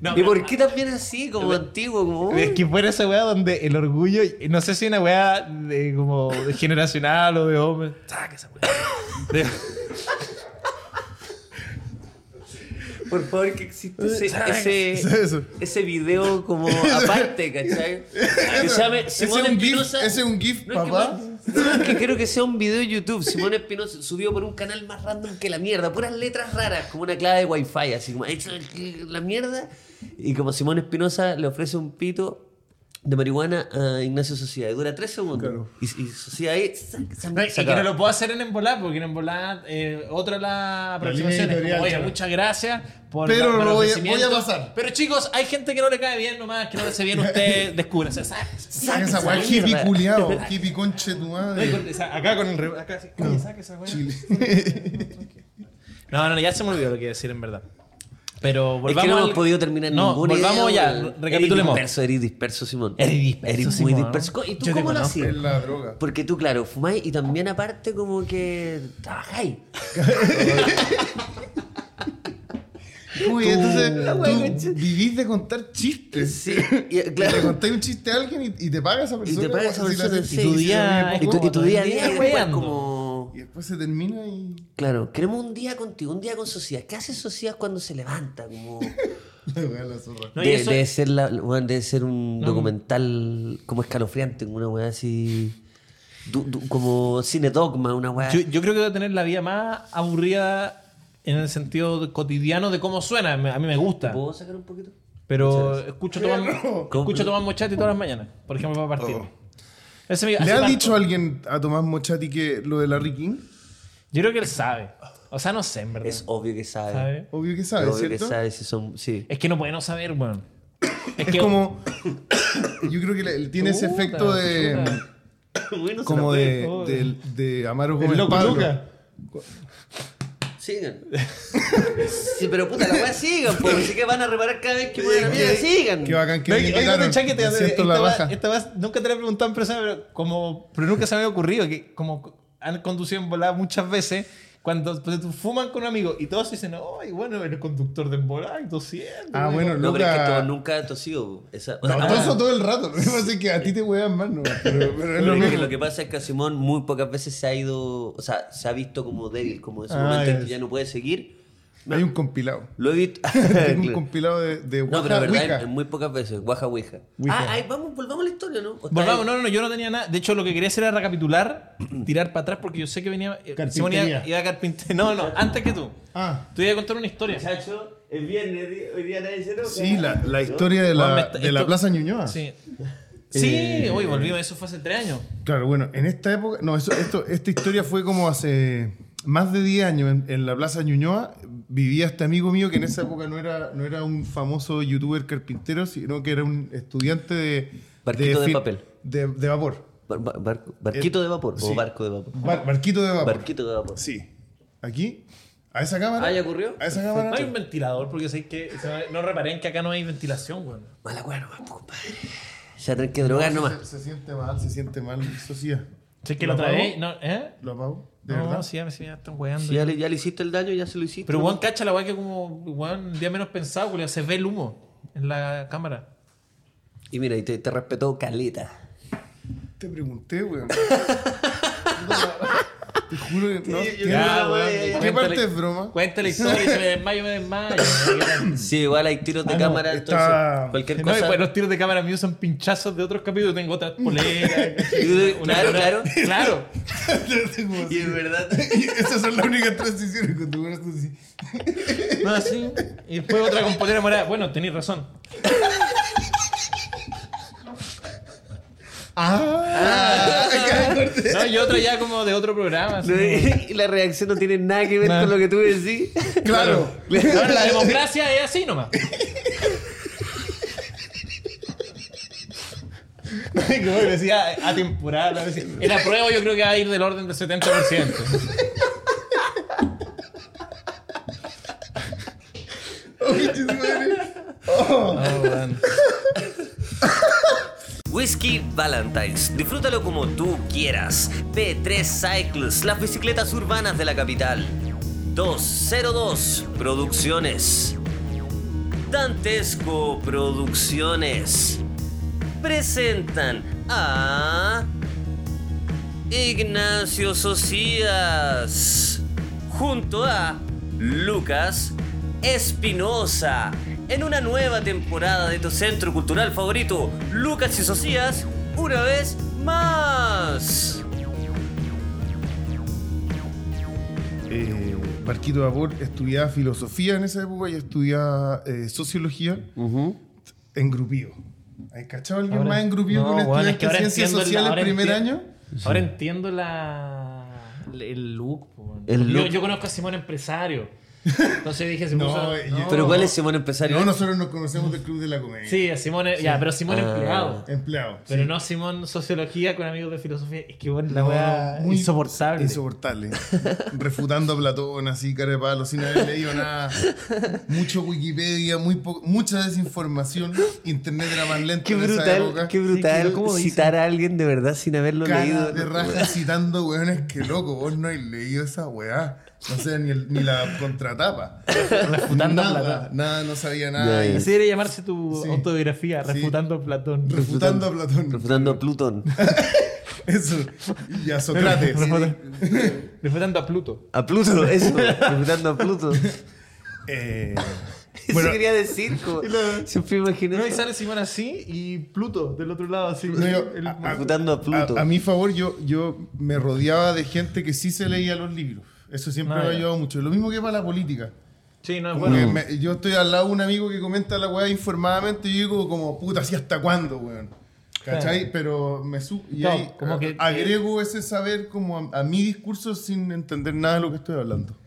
Speaker 2: No,
Speaker 1: ¿Y
Speaker 2: no,
Speaker 1: por
Speaker 2: no.
Speaker 1: qué también así, como antiguo? Como, uy?
Speaker 2: Es que fuera esa weá donde el orgullo, no sé si una weá de como de generacional o de hombre. Saca esa weá. De-
Speaker 1: Por favor, que existe ese,
Speaker 3: ¿Sabes
Speaker 1: ese,
Speaker 3: eso?
Speaker 1: ese video como aparte, ¿cachai? Que se llame
Speaker 3: Ese
Speaker 1: Simón
Speaker 3: es un GIF,
Speaker 1: Espinosa.
Speaker 3: ese es un GIF,
Speaker 1: No, es que
Speaker 3: papá.
Speaker 1: me- no, es que quiero que sea un video de YouTube. Simón Espinosa subió por un canal más random que la mierda. Puras letras raras, como una clave de wifi, así como "Eso es que la mierda. Y como Simón Espinosa le ofrece un pito de marihuana a Ignacio Sociedad. Dura tres segundos.
Speaker 3: Claro.
Speaker 1: Y, y Sociedad ahí. sa- sa-
Speaker 2: No, y
Speaker 1: se
Speaker 2: que no
Speaker 1: acaba.
Speaker 2: lo puedo hacer en Embolá, porque en Embolá, eh, otra de las aproximaciones.
Speaker 3: editorial,
Speaker 2: como, Oye,
Speaker 3: claro.
Speaker 2: muchas gracias por
Speaker 3: Pero
Speaker 2: la- por
Speaker 3: lo
Speaker 2: el
Speaker 3: voy a-
Speaker 2: ofrecimiento.
Speaker 3: voy a pasar.
Speaker 2: Pero chicos, hay gente que no le cae bien nomás, que no le hace bien usted, descubra. O sea, saca-
Speaker 3: Saca esa weá,
Speaker 1: Mierda.
Speaker 3: hippie culiao, hippie conche tu
Speaker 2: Oye,
Speaker 3: madre.
Speaker 2: con- sa- Acá con el re- acá así, oye, saca esa weá.
Speaker 3: Chile.
Speaker 2: No, no, ya se me olvidó lo que iba a decir en verdad. Pero
Speaker 1: Es
Speaker 2: volvamos
Speaker 1: que no
Speaker 2: al-
Speaker 1: hemos podido terminar
Speaker 2: no,
Speaker 1: ninguna
Speaker 2: Volvamos
Speaker 1: idea,
Speaker 2: ya,
Speaker 1: weón.
Speaker 2: recapitulemos.
Speaker 1: Eres disperso, eres disperso, Simón.
Speaker 2: Eres disperso,
Speaker 1: Eres muy
Speaker 2: Simón.
Speaker 1: disperso. Co- ¿Y tú
Speaker 2: Yo
Speaker 1: cómo
Speaker 2: te
Speaker 1: lo
Speaker 2: conozco.
Speaker 1: hacías?
Speaker 3: Es la droga.
Speaker 1: Porque tú, claro, fumáis y también aparte como que trabajáis.
Speaker 3: Uy,
Speaker 1: Tú-
Speaker 3: entonces
Speaker 1: La wea conche-
Speaker 3: tú vivís de contar chistes.
Speaker 1: Sí, y-
Speaker 3: Le
Speaker 1: claro.
Speaker 3: contáis un chiste a alguien y, y te paga esa persona.
Speaker 1: te paga
Speaker 3: wea,
Speaker 1: esa
Speaker 3: así la
Speaker 1: persona,
Speaker 3: haces.
Speaker 1: sí. Y tu
Speaker 2: día-
Speaker 1: Y tu, y tu día a día
Speaker 2: Día
Speaker 1: después
Speaker 2: weando.
Speaker 1: como...
Speaker 3: Y después se termina y.
Speaker 1: Claro, queremos un día contigo, un día con sociedad. ¿Qué hace sociedad cuando se levanta? Como...
Speaker 3: La wea, la zorra.
Speaker 2: No, y
Speaker 1: De-
Speaker 2: eso-
Speaker 1: debe, ser la- weón, debe ser un
Speaker 2: No.
Speaker 1: documental como escalofriante, una weá así. du- du- como cine dogma, una weá.
Speaker 2: Yo, yo creo que voy a tener la vida más aburrida en el sentido de- cotidiano de cómo suena. Me- A mí me gusta.
Speaker 1: ¿Puedo sacar un poquito?
Speaker 2: Pero escucho Tomás,
Speaker 1: ¿Cómo?
Speaker 2: escucho Tomás Mochati todas las mañanas, por ejemplo, para partir. Ese es mi-
Speaker 3: ¿Le
Speaker 2: así
Speaker 3: ha
Speaker 2: parto.
Speaker 3: dicho alguien a Tomás Mochati que lo de Larry King?
Speaker 2: Yo creo que él sabe. O sea, no sé, en verdad.
Speaker 1: Es obvio que sabe.
Speaker 2: ¿Sabe?
Speaker 3: Obvio que
Speaker 1: Es
Speaker 3: sabe,
Speaker 1: obvio
Speaker 3: ¿cierto?
Speaker 1: que sabe si son. Sí.
Speaker 2: Es que no puede no saber, weón.
Speaker 3: Es,
Speaker 2: que-
Speaker 3: como. yo creo que le- tiene ese
Speaker 2: Puta,
Speaker 3: efecto de.
Speaker 2: puta.
Speaker 1: Bueno, se
Speaker 3: Como
Speaker 1: la puede-
Speaker 3: de,
Speaker 2: puedo.
Speaker 3: del- de, Amaro
Speaker 2: El
Speaker 3: Gómez
Speaker 2: loco
Speaker 3: Pablo.
Speaker 2: Luca.
Speaker 1: Sigan. sí, pero puta, la weá sigan, porque sí que van a reparar cada vez que mueven la
Speaker 3: Que-
Speaker 1: mierda. Sigan.
Speaker 3: Qué bacán que
Speaker 2: No,
Speaker 3: me
Speaker 2: oye,
Speaker 3: invitaron.
Speaker 2: oye, chaquete,
Speaker 3: Me
Speaker 2: oye,
Speaker 3: siento la
Speaker 2: esta va-
Speaker 3: baja.
Speaker 2: esta va- nunca te la he preguntado en persona, pero, como, pero nunca se me había ocurrido que como han conducido en volada muchas veces, cuando pues, tú fuman con un amigo y todos dicen, ¡ay, bueno, el conductor de en volada, 200!
Speaker 3: Ah,
Speaker 2: güey".
Speaker 3: bueno,
Speaker 1: No, pero es que
Speaker 3: Luca-
Speaker 1: todo, nunca ha tosido. Esa, o sea,
Speaker 3: No,
Speaker 1: ahora-
Speaker 3: todo eso todo el rato. Lo que pasa es que a ti te huevan más, ¿no? Pero, pero es
Speaker 1: Pero
Speaker 3: lo
Speaker 1: es que
Speaker 3: mismo.
Speaker 1: lo que pasa es que a Simón muy pocas veces se ha ido, o sea, se ha visto como débil, como en su
Speaker 3: Ah,
Speaker 1: momento en
Speaker 3: ya.
Speaker 1: que ya no puede seguir.
Speaker 3: Hay un compilado.
Speaker 1: Lo he visto.
Speaker 3: Tengo un
Speaker 1: Claro.
Speaker 3: compilado de, de
Speaker 1: No, pero
Speaker 3: Ouija,
Speaker 1: la verdad,
Speaker 3: Ouija.
Speaker 1: en- en muy pocas veces. Guaja Ouija.
Speaker 3: Ouija.
Speaker 1: Ah, ahí vamos, volvamos a la historia, ¿no? O está
Speaker 2: Volvamos,
Speaker 1: ahí.
Speaker 2: no, no, no, yo no tenía nada. De hecho, lo que quería hacer era recapitular, tirar para atrás, porque yo sé que venía. eh,
Speaker 3: Carpintería.
Speaker 2: Simón iba, iba a carpintería. No, no, antes que tú.
Speaker 3: Ah.
Speaker 2: Tú ibas a contar una historia.
Speaker 1: Muchacho, es viernes, di- hoy día nadie se enoja.
Speaker 3: Sí, la, la historia de
Speaker 2: Juan, me
Speaker 3: la,
Speaker 2: está-
Speaker 3: de la
Speaker 2: esto-
Speaker 3: Plaza Ñuñoa.
Speaker 2: Sí. Sí,
Speaker 3: Ah. Eh,
Speaker 2: hoy volvimos, eso fue hace tres años.
Speaker 3: Claro, bueno, en esta época, no, esto, esto- esta historia fue como hace más de 10 años en, en la Plaza Ñuñoa. Vivía este amigo mío que en esa época no era, no era un famoso youtuber carpintero, sino que era un estudiante de.
Speaker 1: Barquito de
Speaker 3: fil-
Speaker 1: papel.
Speaker 3: De, de vapor.
Speaker 1: Bar- bar- barco- barquito de vapor
Speaker 3: Sí.
Speaker 1: o barco de vapor.
Speaker 3: Bar- barquito de vapor.
Speaker 1: Barquito de vapor.
Speaker 3: Sí. Aquí, a esa cámara.
Speaker 1: Ah, ¿ya ocurrió?
Speaker 3: A esa
Speaker 2: No hay
Speaker 3: cámara.
Speaker 2: un ventilador, porque sé que se me- no reparen que acá no hay ventilación, weón.
Speaker 1: Mala weá nomás, po, compadre. Se va a tener que drogar nomás.
Speaker 3: Se, se siente mal, se siente mal. Eso sí, ya.
Speaker 2: Sé que la otra
Speaker 3: apago?
Speaker 2: vez. No, ¿Eh?
Speaker 3: ¿Lo apago? ¿De
Speaker 2: No,
Speaker 3: verdad?
Speaker 2: sí, ya me sí, ya están weando.
Speaker 1: Si ya, le, ya le hiciste el daño, ya se lo hiciste.
Speaker 2: Pero
Speaker 1: ¿no?
Speaker 2: weón, cacha la weá que como, weón, día menos pensado, culiao, se ve el humo en la cámara.
Speaker 1: Y mira, y te, te respetó Caleta.
Speaker 3: Te pregunté, weón. Te juro que no. tiene-
Speaker 2: Ya,
Speaker 1: Ya,
Speaker 2: weón,
Speaker 1: weón,
Speaker 3: ¿Qué
Speaker 2: cuéntale-
Speaker 3: parte es broma?
Speaker 2: Cuenta la historia, y se me desmayo, me desmayo.
Speaker 1: Sí, igual hay tiros de
Speaker 3: Ah, no,
Speaker 1: cámara,
Speaker 3: está-
Speaker 1: entonces cualquier
Speaker 2: No, y
Speaker 1: cosa.
Speaker 2: pues los tiros de cámara míos son pinchazos de otros capítulos. Tengo otras poleras.
Speaker 1: Claro, claro.
Speaker 2: Claro.
Speaker 1: Y en verdad.
Speaker 3: Y Esas son las únicas transiciones que tú eres así.
Speaker 2: No, así. Y después otra con polera morada. Bueno, tenéis razón.
Speaker 3: Ah,
Speaker 2: No, y otra ya como de otro programa. así como-
Speaker 1: y la reacción no tiene nada que ver
Speaker 2: Nada.
Speaker 1: con lo que tú decís.
Speaker 3: claro.
Speaker 2: Bueno, la democracia es así nomás. Como decía, atemporal. a veces. El apruebo yo creo que va a ir del orden del 70%.
Speaker 3: Oye, chis, Oh, madre.
Speaker 1: Whiskey Valentine's. Disfrútalo como tú quieras. P3 Cycles, las bicicletas urbanas de la capital. 202 Producciones. Dantesco Producciones. Presentan a Ignacio Socias junto a Lucas Espinosa en una nueva temporada de tu centro cultural favorito, Lucas y Socias, una vez más.
Speaker 3: Eh, Barquito de Vapor estudiaba filosofía en esa época y estudiaba eh, sociología en grupío. ¿Hay cachado alguien
Speaker 2: Ahora-
Speaker 3: más engrupido
Speaker 2: No,
Speaker 3: con
Speaker 2: weón, es
Speaker 3: estudiante
Speaker 2: que ahora
Speaker 3: de ciencias
Speaker 2: entiendo el-
Speaker 3: sociales
Speaker 2: ahora
Speaker 3: primer
Speaker 2: enti-
Speaker 3: año?
Speaker 2: Ahora entiendo la, el look. po, weón.
Speaker 4: El
Speaker 2: yo,
Speaker 4: look.
Speaker 2: yo conozco a Simón Empresario. Entonces dije, se
Speaker 3: No,
Speaker 2: puso-
Speaker 3: yo-
Speaker 4: Pero ¿cuál es
Speaker 2: Simón?
Speaker 4: Simón Empresario?
Speaker 3: No, nosotros nos conocemos del Club de la Comedia.
Speaker 2: Sí, a Simón, ya, pero Simón
Speaker 4: Ah.
Speaker 2: empleado.
Speaker 3: Empleado.
Speaker 2: Pero
Speaker 3: sí.
Speaker 2: no Simón Sociología con amigos de filosofía. Es que bueno, la
Speaker 3: No,
Speaker 2: weá
Speaker 3: muy
Speaker 2: insoportable.
Speaker 3: Insoportable. Refutando a Platón, así, cara de palo, sin haber leído nada. Mucho Wikipedia, muy po- mucha desinformación. Internet era más lento
Speaker 4: Qué
Speaker 3: en esa época.
Speaker 4: brutal, qué
Speaker 2: Sí,
Speaker 4: brutal
Speaker 2: que- ¿cómo dice?
Speaker 4: citar a alguien de verdad sin haberlo
Speaker 3: Cara
Speaker 4: leído.
Speaker 3: de raja citando weones que loco, vos no habéis leído esa weá. No sé, ni, el- ni la contratapa.
Speaker 2: Refutando a
Speaker 3: nada,
Speaker 2: Platón.
Speaker 3: Nada, no sabía nada.
Speaker 4: Ya,
Speaker 3: Y-
Speaker 4: ya.
Speaker 2: Así debería llamarse tu
Speaker 3: Sí.
Speaker 2: autobiografía,
Speaker 3: Sí.
Speaker 2: refutando a Platón.
Speaker 3: Refutando a Platón.
Speaker 4: Refutando a Plutón.
Speaker 3: Eso. Y a Sócrates.
Speaker 2: refutando a Pluto.
Speaker 4: A Pluto, eso. Refutando a Pluto.
Speaker 3: Eh,
Speaker 4: Eso
Speaker 3: bueno,
Speaker 4: quería decir. Como, siempre imaginé.
Speaker 2: No, y sale Simón así y Pluto del otro lado así.
Speaker 3: No, yo- ah,
Speaker 2: El-
Speaker 3: a-
Speaker 4: Refutando a Pluto.
Speaker 3: A, a mi favor, yo, yo me rodeaba de gente que sí se leía los libros. Eso siempre
Speaker 2: Ah,
Speaker 3: me ha
Speaker 2: ya.
Speaker 3: ayudado mucho. Lo mismo que para la política.
Speaker 2: sí, no,
Speaker 3: Como
Speaker 2: bueno.
Speaker 3: que me- yo estoy al lado de un amigo que comenta la weá informadamente y yo digo como, puta, ¿sí hasta cuándo, weón? ¿Cachai? Pero me su y
Speaker 2: No,
Speaker 3: ahí
Speaker 2: como
Speaker 3: a-
Speaker 2: que- eh,
Speaker 3: agrego ese saber como a, a mi discurso sin entender nada de lo que estoy hablando.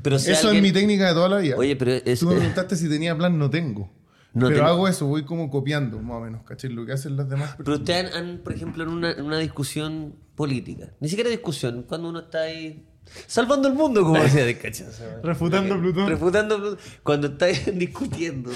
Speaker 4: Pero si
Speaker 3: eso
Speaker 4: alguien-
Speaker 3: es mi técnica de toda la vida.
Speaker 4: Oye, pero es-
Speaker 3: Tú me
Speaker 4: eh.
Speaker 3: preguntaste si tenía plan, no tengo.
Speaker 4: No
Speaker 3: pero
Speaker 4: tengo.
Speaker 3: hago eso, voy como copiando, más o menos, ¿cachai? Lo que hacen las demás
Speaker 4: Pero ustedes han, han, por ejemplo, en una, en una discusión política, ni siquiera discusión, cuando uno está ahí salvando el mundo, como decía de
Speaker 2: refutando a Plutón.
Speaker 4: refutando cuando está ahí discutiendo,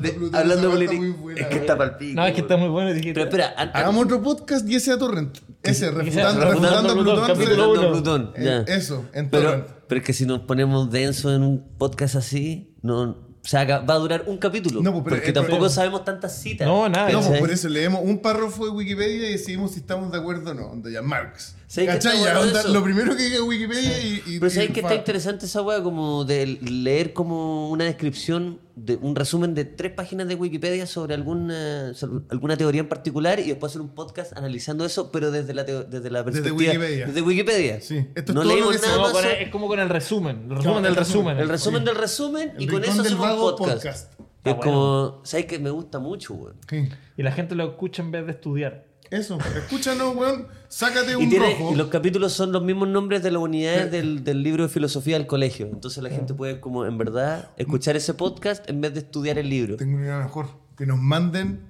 Speaker 4: de-
Speaker 3: Plutón,
Speaker 4: hablando
Speaker 3: esa
Speaker 4: política.
Speaker 3: parte muy buena, eh.
Speaker 4: es que
Speaker 3: güey.
Speaker 4: está pal pico,
Speaker 2: no, es que está Ah,
Speaker 4: güey.
Speaker 2: muy bueno. Dije,
Speaker 4: Pero espera, an- an-
Speaker 3: Hagamos otro podcast y ese a Torrent. Ese, refutando,
Speaker 2: refutando a
Speaker 3: refutando, a
Speaker 2: Plutón,
Speaker 3: Plutón.
Speaker 2: capítulo
Speaker 3: refutando-
Speaker 4: Refutando a
Speaker 2: uno.
Speaker 4: Plutón,
Speaker 3: Eh,
Speaker 4: ya.
Speaker 3: eso, en
Speaker 4: pero,
Speaker 3: torrent.
Speaker 4: pero es que si nos ponemos denso en un podcast así, no, o sea, va a durar un capítulo.
Speaker 3: No, pues, pero-
Speaker 4: porque
Speaker 3: eh,
Speaker 4: tampoco
Speaker 3: pero-
Speaker 4: sabemos tantas citas.
Speaker 2: No, nada.
Speaker 3: No,
Speaker 4: ¿cachai?
Speaker 3: pues por eso leemos un párrafo de Wikipedia y decidimos si estamos de acuerdo o no. Onda ya, Marx.
Speaker 4: Sí, que
Speaker 3: ¿Cachai?
Speaker 4: está
Speaker 3: Ya,
Speaker 4: bueno
Speaker 3: onda,
Speaker 4: eso.
Speaker 3: lo primero que diga Wikipedia y. y-
Speaker 4: Pero
Speaker 3: y
Speaker 4: sabes que está
Speaker 3: fa-
Speaker 4: interesante esa weá, como de leer como una descripción, de un resumen de tres páginas de Wikipedia sobre alguna, sobre alguna teoría en particular y después hacer un podcast analizando eso, pero desde la, teo- desde la perspectiva.
Speaker 3: Wikipedia.
Speaker 4: Desde Wikipedia.
Speaker 3: Sí. Esto es
Speaker 4: no
Speaker 3: todo lo
Speaker 4: leímos
Speaker 3: que se
Speaker 4: nada
Speaker 2: como
Speaker 4: más.
Speaker 2: con el-
Speaker 4: sobre-
Speaker 2: es como con el resumen. El resumen
Speaker 3: Claro,
Speaker 2: del
Speaker 3: el resumen.
Speaker 2: resumen.
Speaker 4: el resumen del resumen
Speaker 3: El
Speaker 4: y con
Speaker 3: rincón
Speaker 4: eso
Speaker 3: del
Speaker 4: hacemos
Speaker 3: vago
Speaker 4: un podcast.
Speaker 3: podcast.
Speaker 4: Es
Speaker 2: Ah, bueno.
Speaker 4: como, ¿sabes que Me gusta mucho, weón.
Speaker 3: Sí.
Speaker 2: Y la gente lo escucha en vez de estudiar.
Speaker 3: Eso, escúchanos, weón. Sácate
Speaker 4: Y,
Speaker 3: un
Speaker 4: tiene-
Speaker 3: rojo. Eh.
Speaker 4: y los capítulos son los mismos nombres de las unidades del, del libro de filosofía del colegio. Entonces la gente puede, como en verdad, escuchar ese podcast en vez de estudiar el libro.
Speaker 3: Tengo una idea mejor. Que nos manden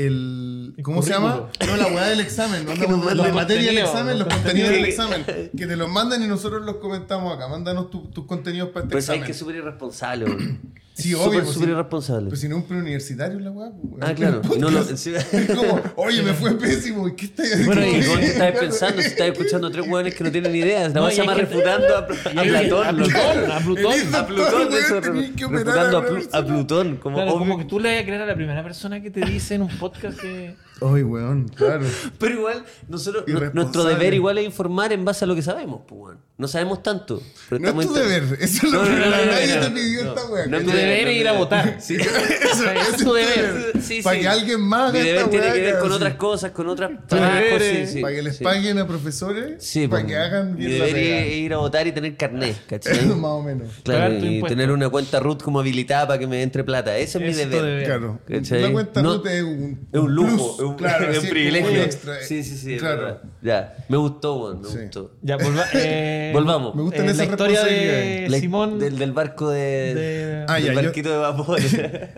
Speaker 3: el.
Speaker 2: El
Speaker 3: ¿Cómo se llama?
Speaker 2: currículo.
Speaker 3: No, la weá del examen. ¿no?
Speaker 4: Que nos manden
Speaker 3: la
Speaker 2: los
Speaker 3: materia del
Speaker 2: contenidos,
Speaker 3: examen, los
Speaker 2: los
Speaker 3: contenidos del
Speaker 4: contenidos.
Speaker 3: examen. Que te los manden y nosotros los comentamos acá. Mándanos tu- tus contenidos para este
Speaker 4: Pero
Speaker 3: examen.
Speaker 4: sabes Pues que es súper irresponsable, güey.
Speaker 3: Sí,
Speaker 4: Es súper,
Speaker 3: obvio.
Speaker 4: súper
Speaker 3: sí.
Speaker 4: irresponsable.
Speaker 3: Pero si no es un preuniversitario la weá. pues,
Speaker 4: Ah,
Speaker 3: weón.
Speaker 4: claro.
Speaker 3: El
Speaker 4: No lo-
Speaker 3: podcast.
Speaker 4: sí.
Speaker 3: Es como, oye, me fue pésimo. ¿y ¿Qué está
Speaker 2: Bueno,
Speaker 4: ¿Qué
Speaker 2: y-
Speaker 4: weón, ¿Qué estás pensando? Si estás escuchando a tres hueones que no tienen ni idea. La
Speaker 2: No,
Speaker 4: vas
Speaker 2: y
Speaker 4: a
Speaker 2: hay
Speaker 4: llamar
Speaker 2: gente-
Speaker 4: refutando a, Pl- a
Speaker 2: Y-
Speaker 4: Platón.
Speaker 2: a
Speaker 4: loco.
Speaker 2: Plutón, a Plutón.
Speaker 3: Elis
Speaker 4: A Plutón,
Speaker 3: Doctor,
Speaker 4: de eso,
Speaker 3: weón, tenés que operar
Speaker 4: refutando
Speaker 3: a
Speaker 4: a,
Speaker 3: la
Speaker 4: Plu-
Speaker 3: persona.
Speaker 4: a Plutón. Como,
Speaker 2: Claro, como
Speaker 4: obvio.
Speaker 2: que tú le vas a creer a la primera persona que te dice en un podcast que.
Speaker 3: Ay, weón, claro.
Speaker 4: Pero igual, nosotros, no-
Speaker 3: Irresponsable.
Speaker 4: nuestro deber igual es informar en base a lo que sabemos, pues, weón. No sabemos tanto. Pero
Speaker 3: No es tu
Speaker 4: estamos inter-
Speaker 3: deber. Eso es lo
Speaker 4: No, no,
Speaker 3: primero.
Speaker 4: no, no,
Speaker 3: Nadie
Speaker 4: no,
Speaker 3: te
Speaker 4: no,
Speaker 3: pidió
Speaker 4: no.
Speaker 3: esta weá.
Speaker 4: No es
Speaker 2: Tu
Speaker 4: mi
Speaker 2: deber es ir a
Speaker 4: no,
Speaker 2: votar.
Speaker 4: Sí.
Speaker 3: Eso,
Speaker 2: Ese es
Speaker 3: ese
Speaker 2: tu
Speaker 3: es
Speaker 2: deber.
Speaker 4: Sí,
Speaker 3: Para
Speaker 4: sí.
Speaker 3: que alguien más haga
Speaker 4: Mi deber
Speaker 3: esta
Speaker 4: tiene
Speaker 3: weá,
Speaker 4: que ver con
Speaker 3: así.
Speaker 4: otras cosas, con otras
Speaker 2: deber
Speaker 4: trabajos,
Speaker 2: es-
Speaker 4: sí, sí,
Speaker 3: para que les
Speaker 4: sí.
Speaker 3: paguen a profesores,
Speaker 4: Sí,
Speaker 3: para
Speaker 4: pues,
Speaker 3: que hagan
Speaker 4: y
Speaker 3: bien la
Speaker 4: debería
Speaker 3: pega.
Speaker 4: ir a votar y tener carnet, ¿cachai?
Speaker 3: Eso más o menos.
Speaker 4: claro,
Speaker 2: Pagar tu
Speaker 4: y
Speaker 2: impuesto.
Speaker 4: tener una cuenta root como habilitada para que me entre plata. Ese es mi
Speaker 2: Eso
Speaker 4: deber.
Speaker 2: debe-
Speaker 3: Claro.
Speaker 4: ¿Cachai?
Speaker 3: La cuenta
Speaker 4: No-
Speaker 3: no, es un,
Speaker 4: Es un lujo,
Speaker 3: plus,
Speaker 4: es un,
Speaker 3: claro,
Speaker 4: es un
Speaker 3: así como
Speaker 4: privilegio.
Speaker 3: un extra.
Speaker 4: Sí, sí, sí. es
Speaker 3: Claro.
Speaker 4: verdad. Ya, me gustó, weón, me
Speaker 3: Sí.
Speaker 4: gustó.
Speaker 2: Ya, volva- eh,
Speaker 4: Volvamos.
Speaker 3: Me gustan
Speaker 2: eh,
Speaker 3: esas
Speaker 2: La historia de
Speaker 3: responsabilidades.
Speaker 4: La-
Speaker 2: Eh, Simón.
Speaker 4: Del, del barco de.
Speaker 2: de-
Speaker 3: Ah,
Speaker 4: del
Speaker 3: ya, yo-
Speaker 4: barquito de vapor.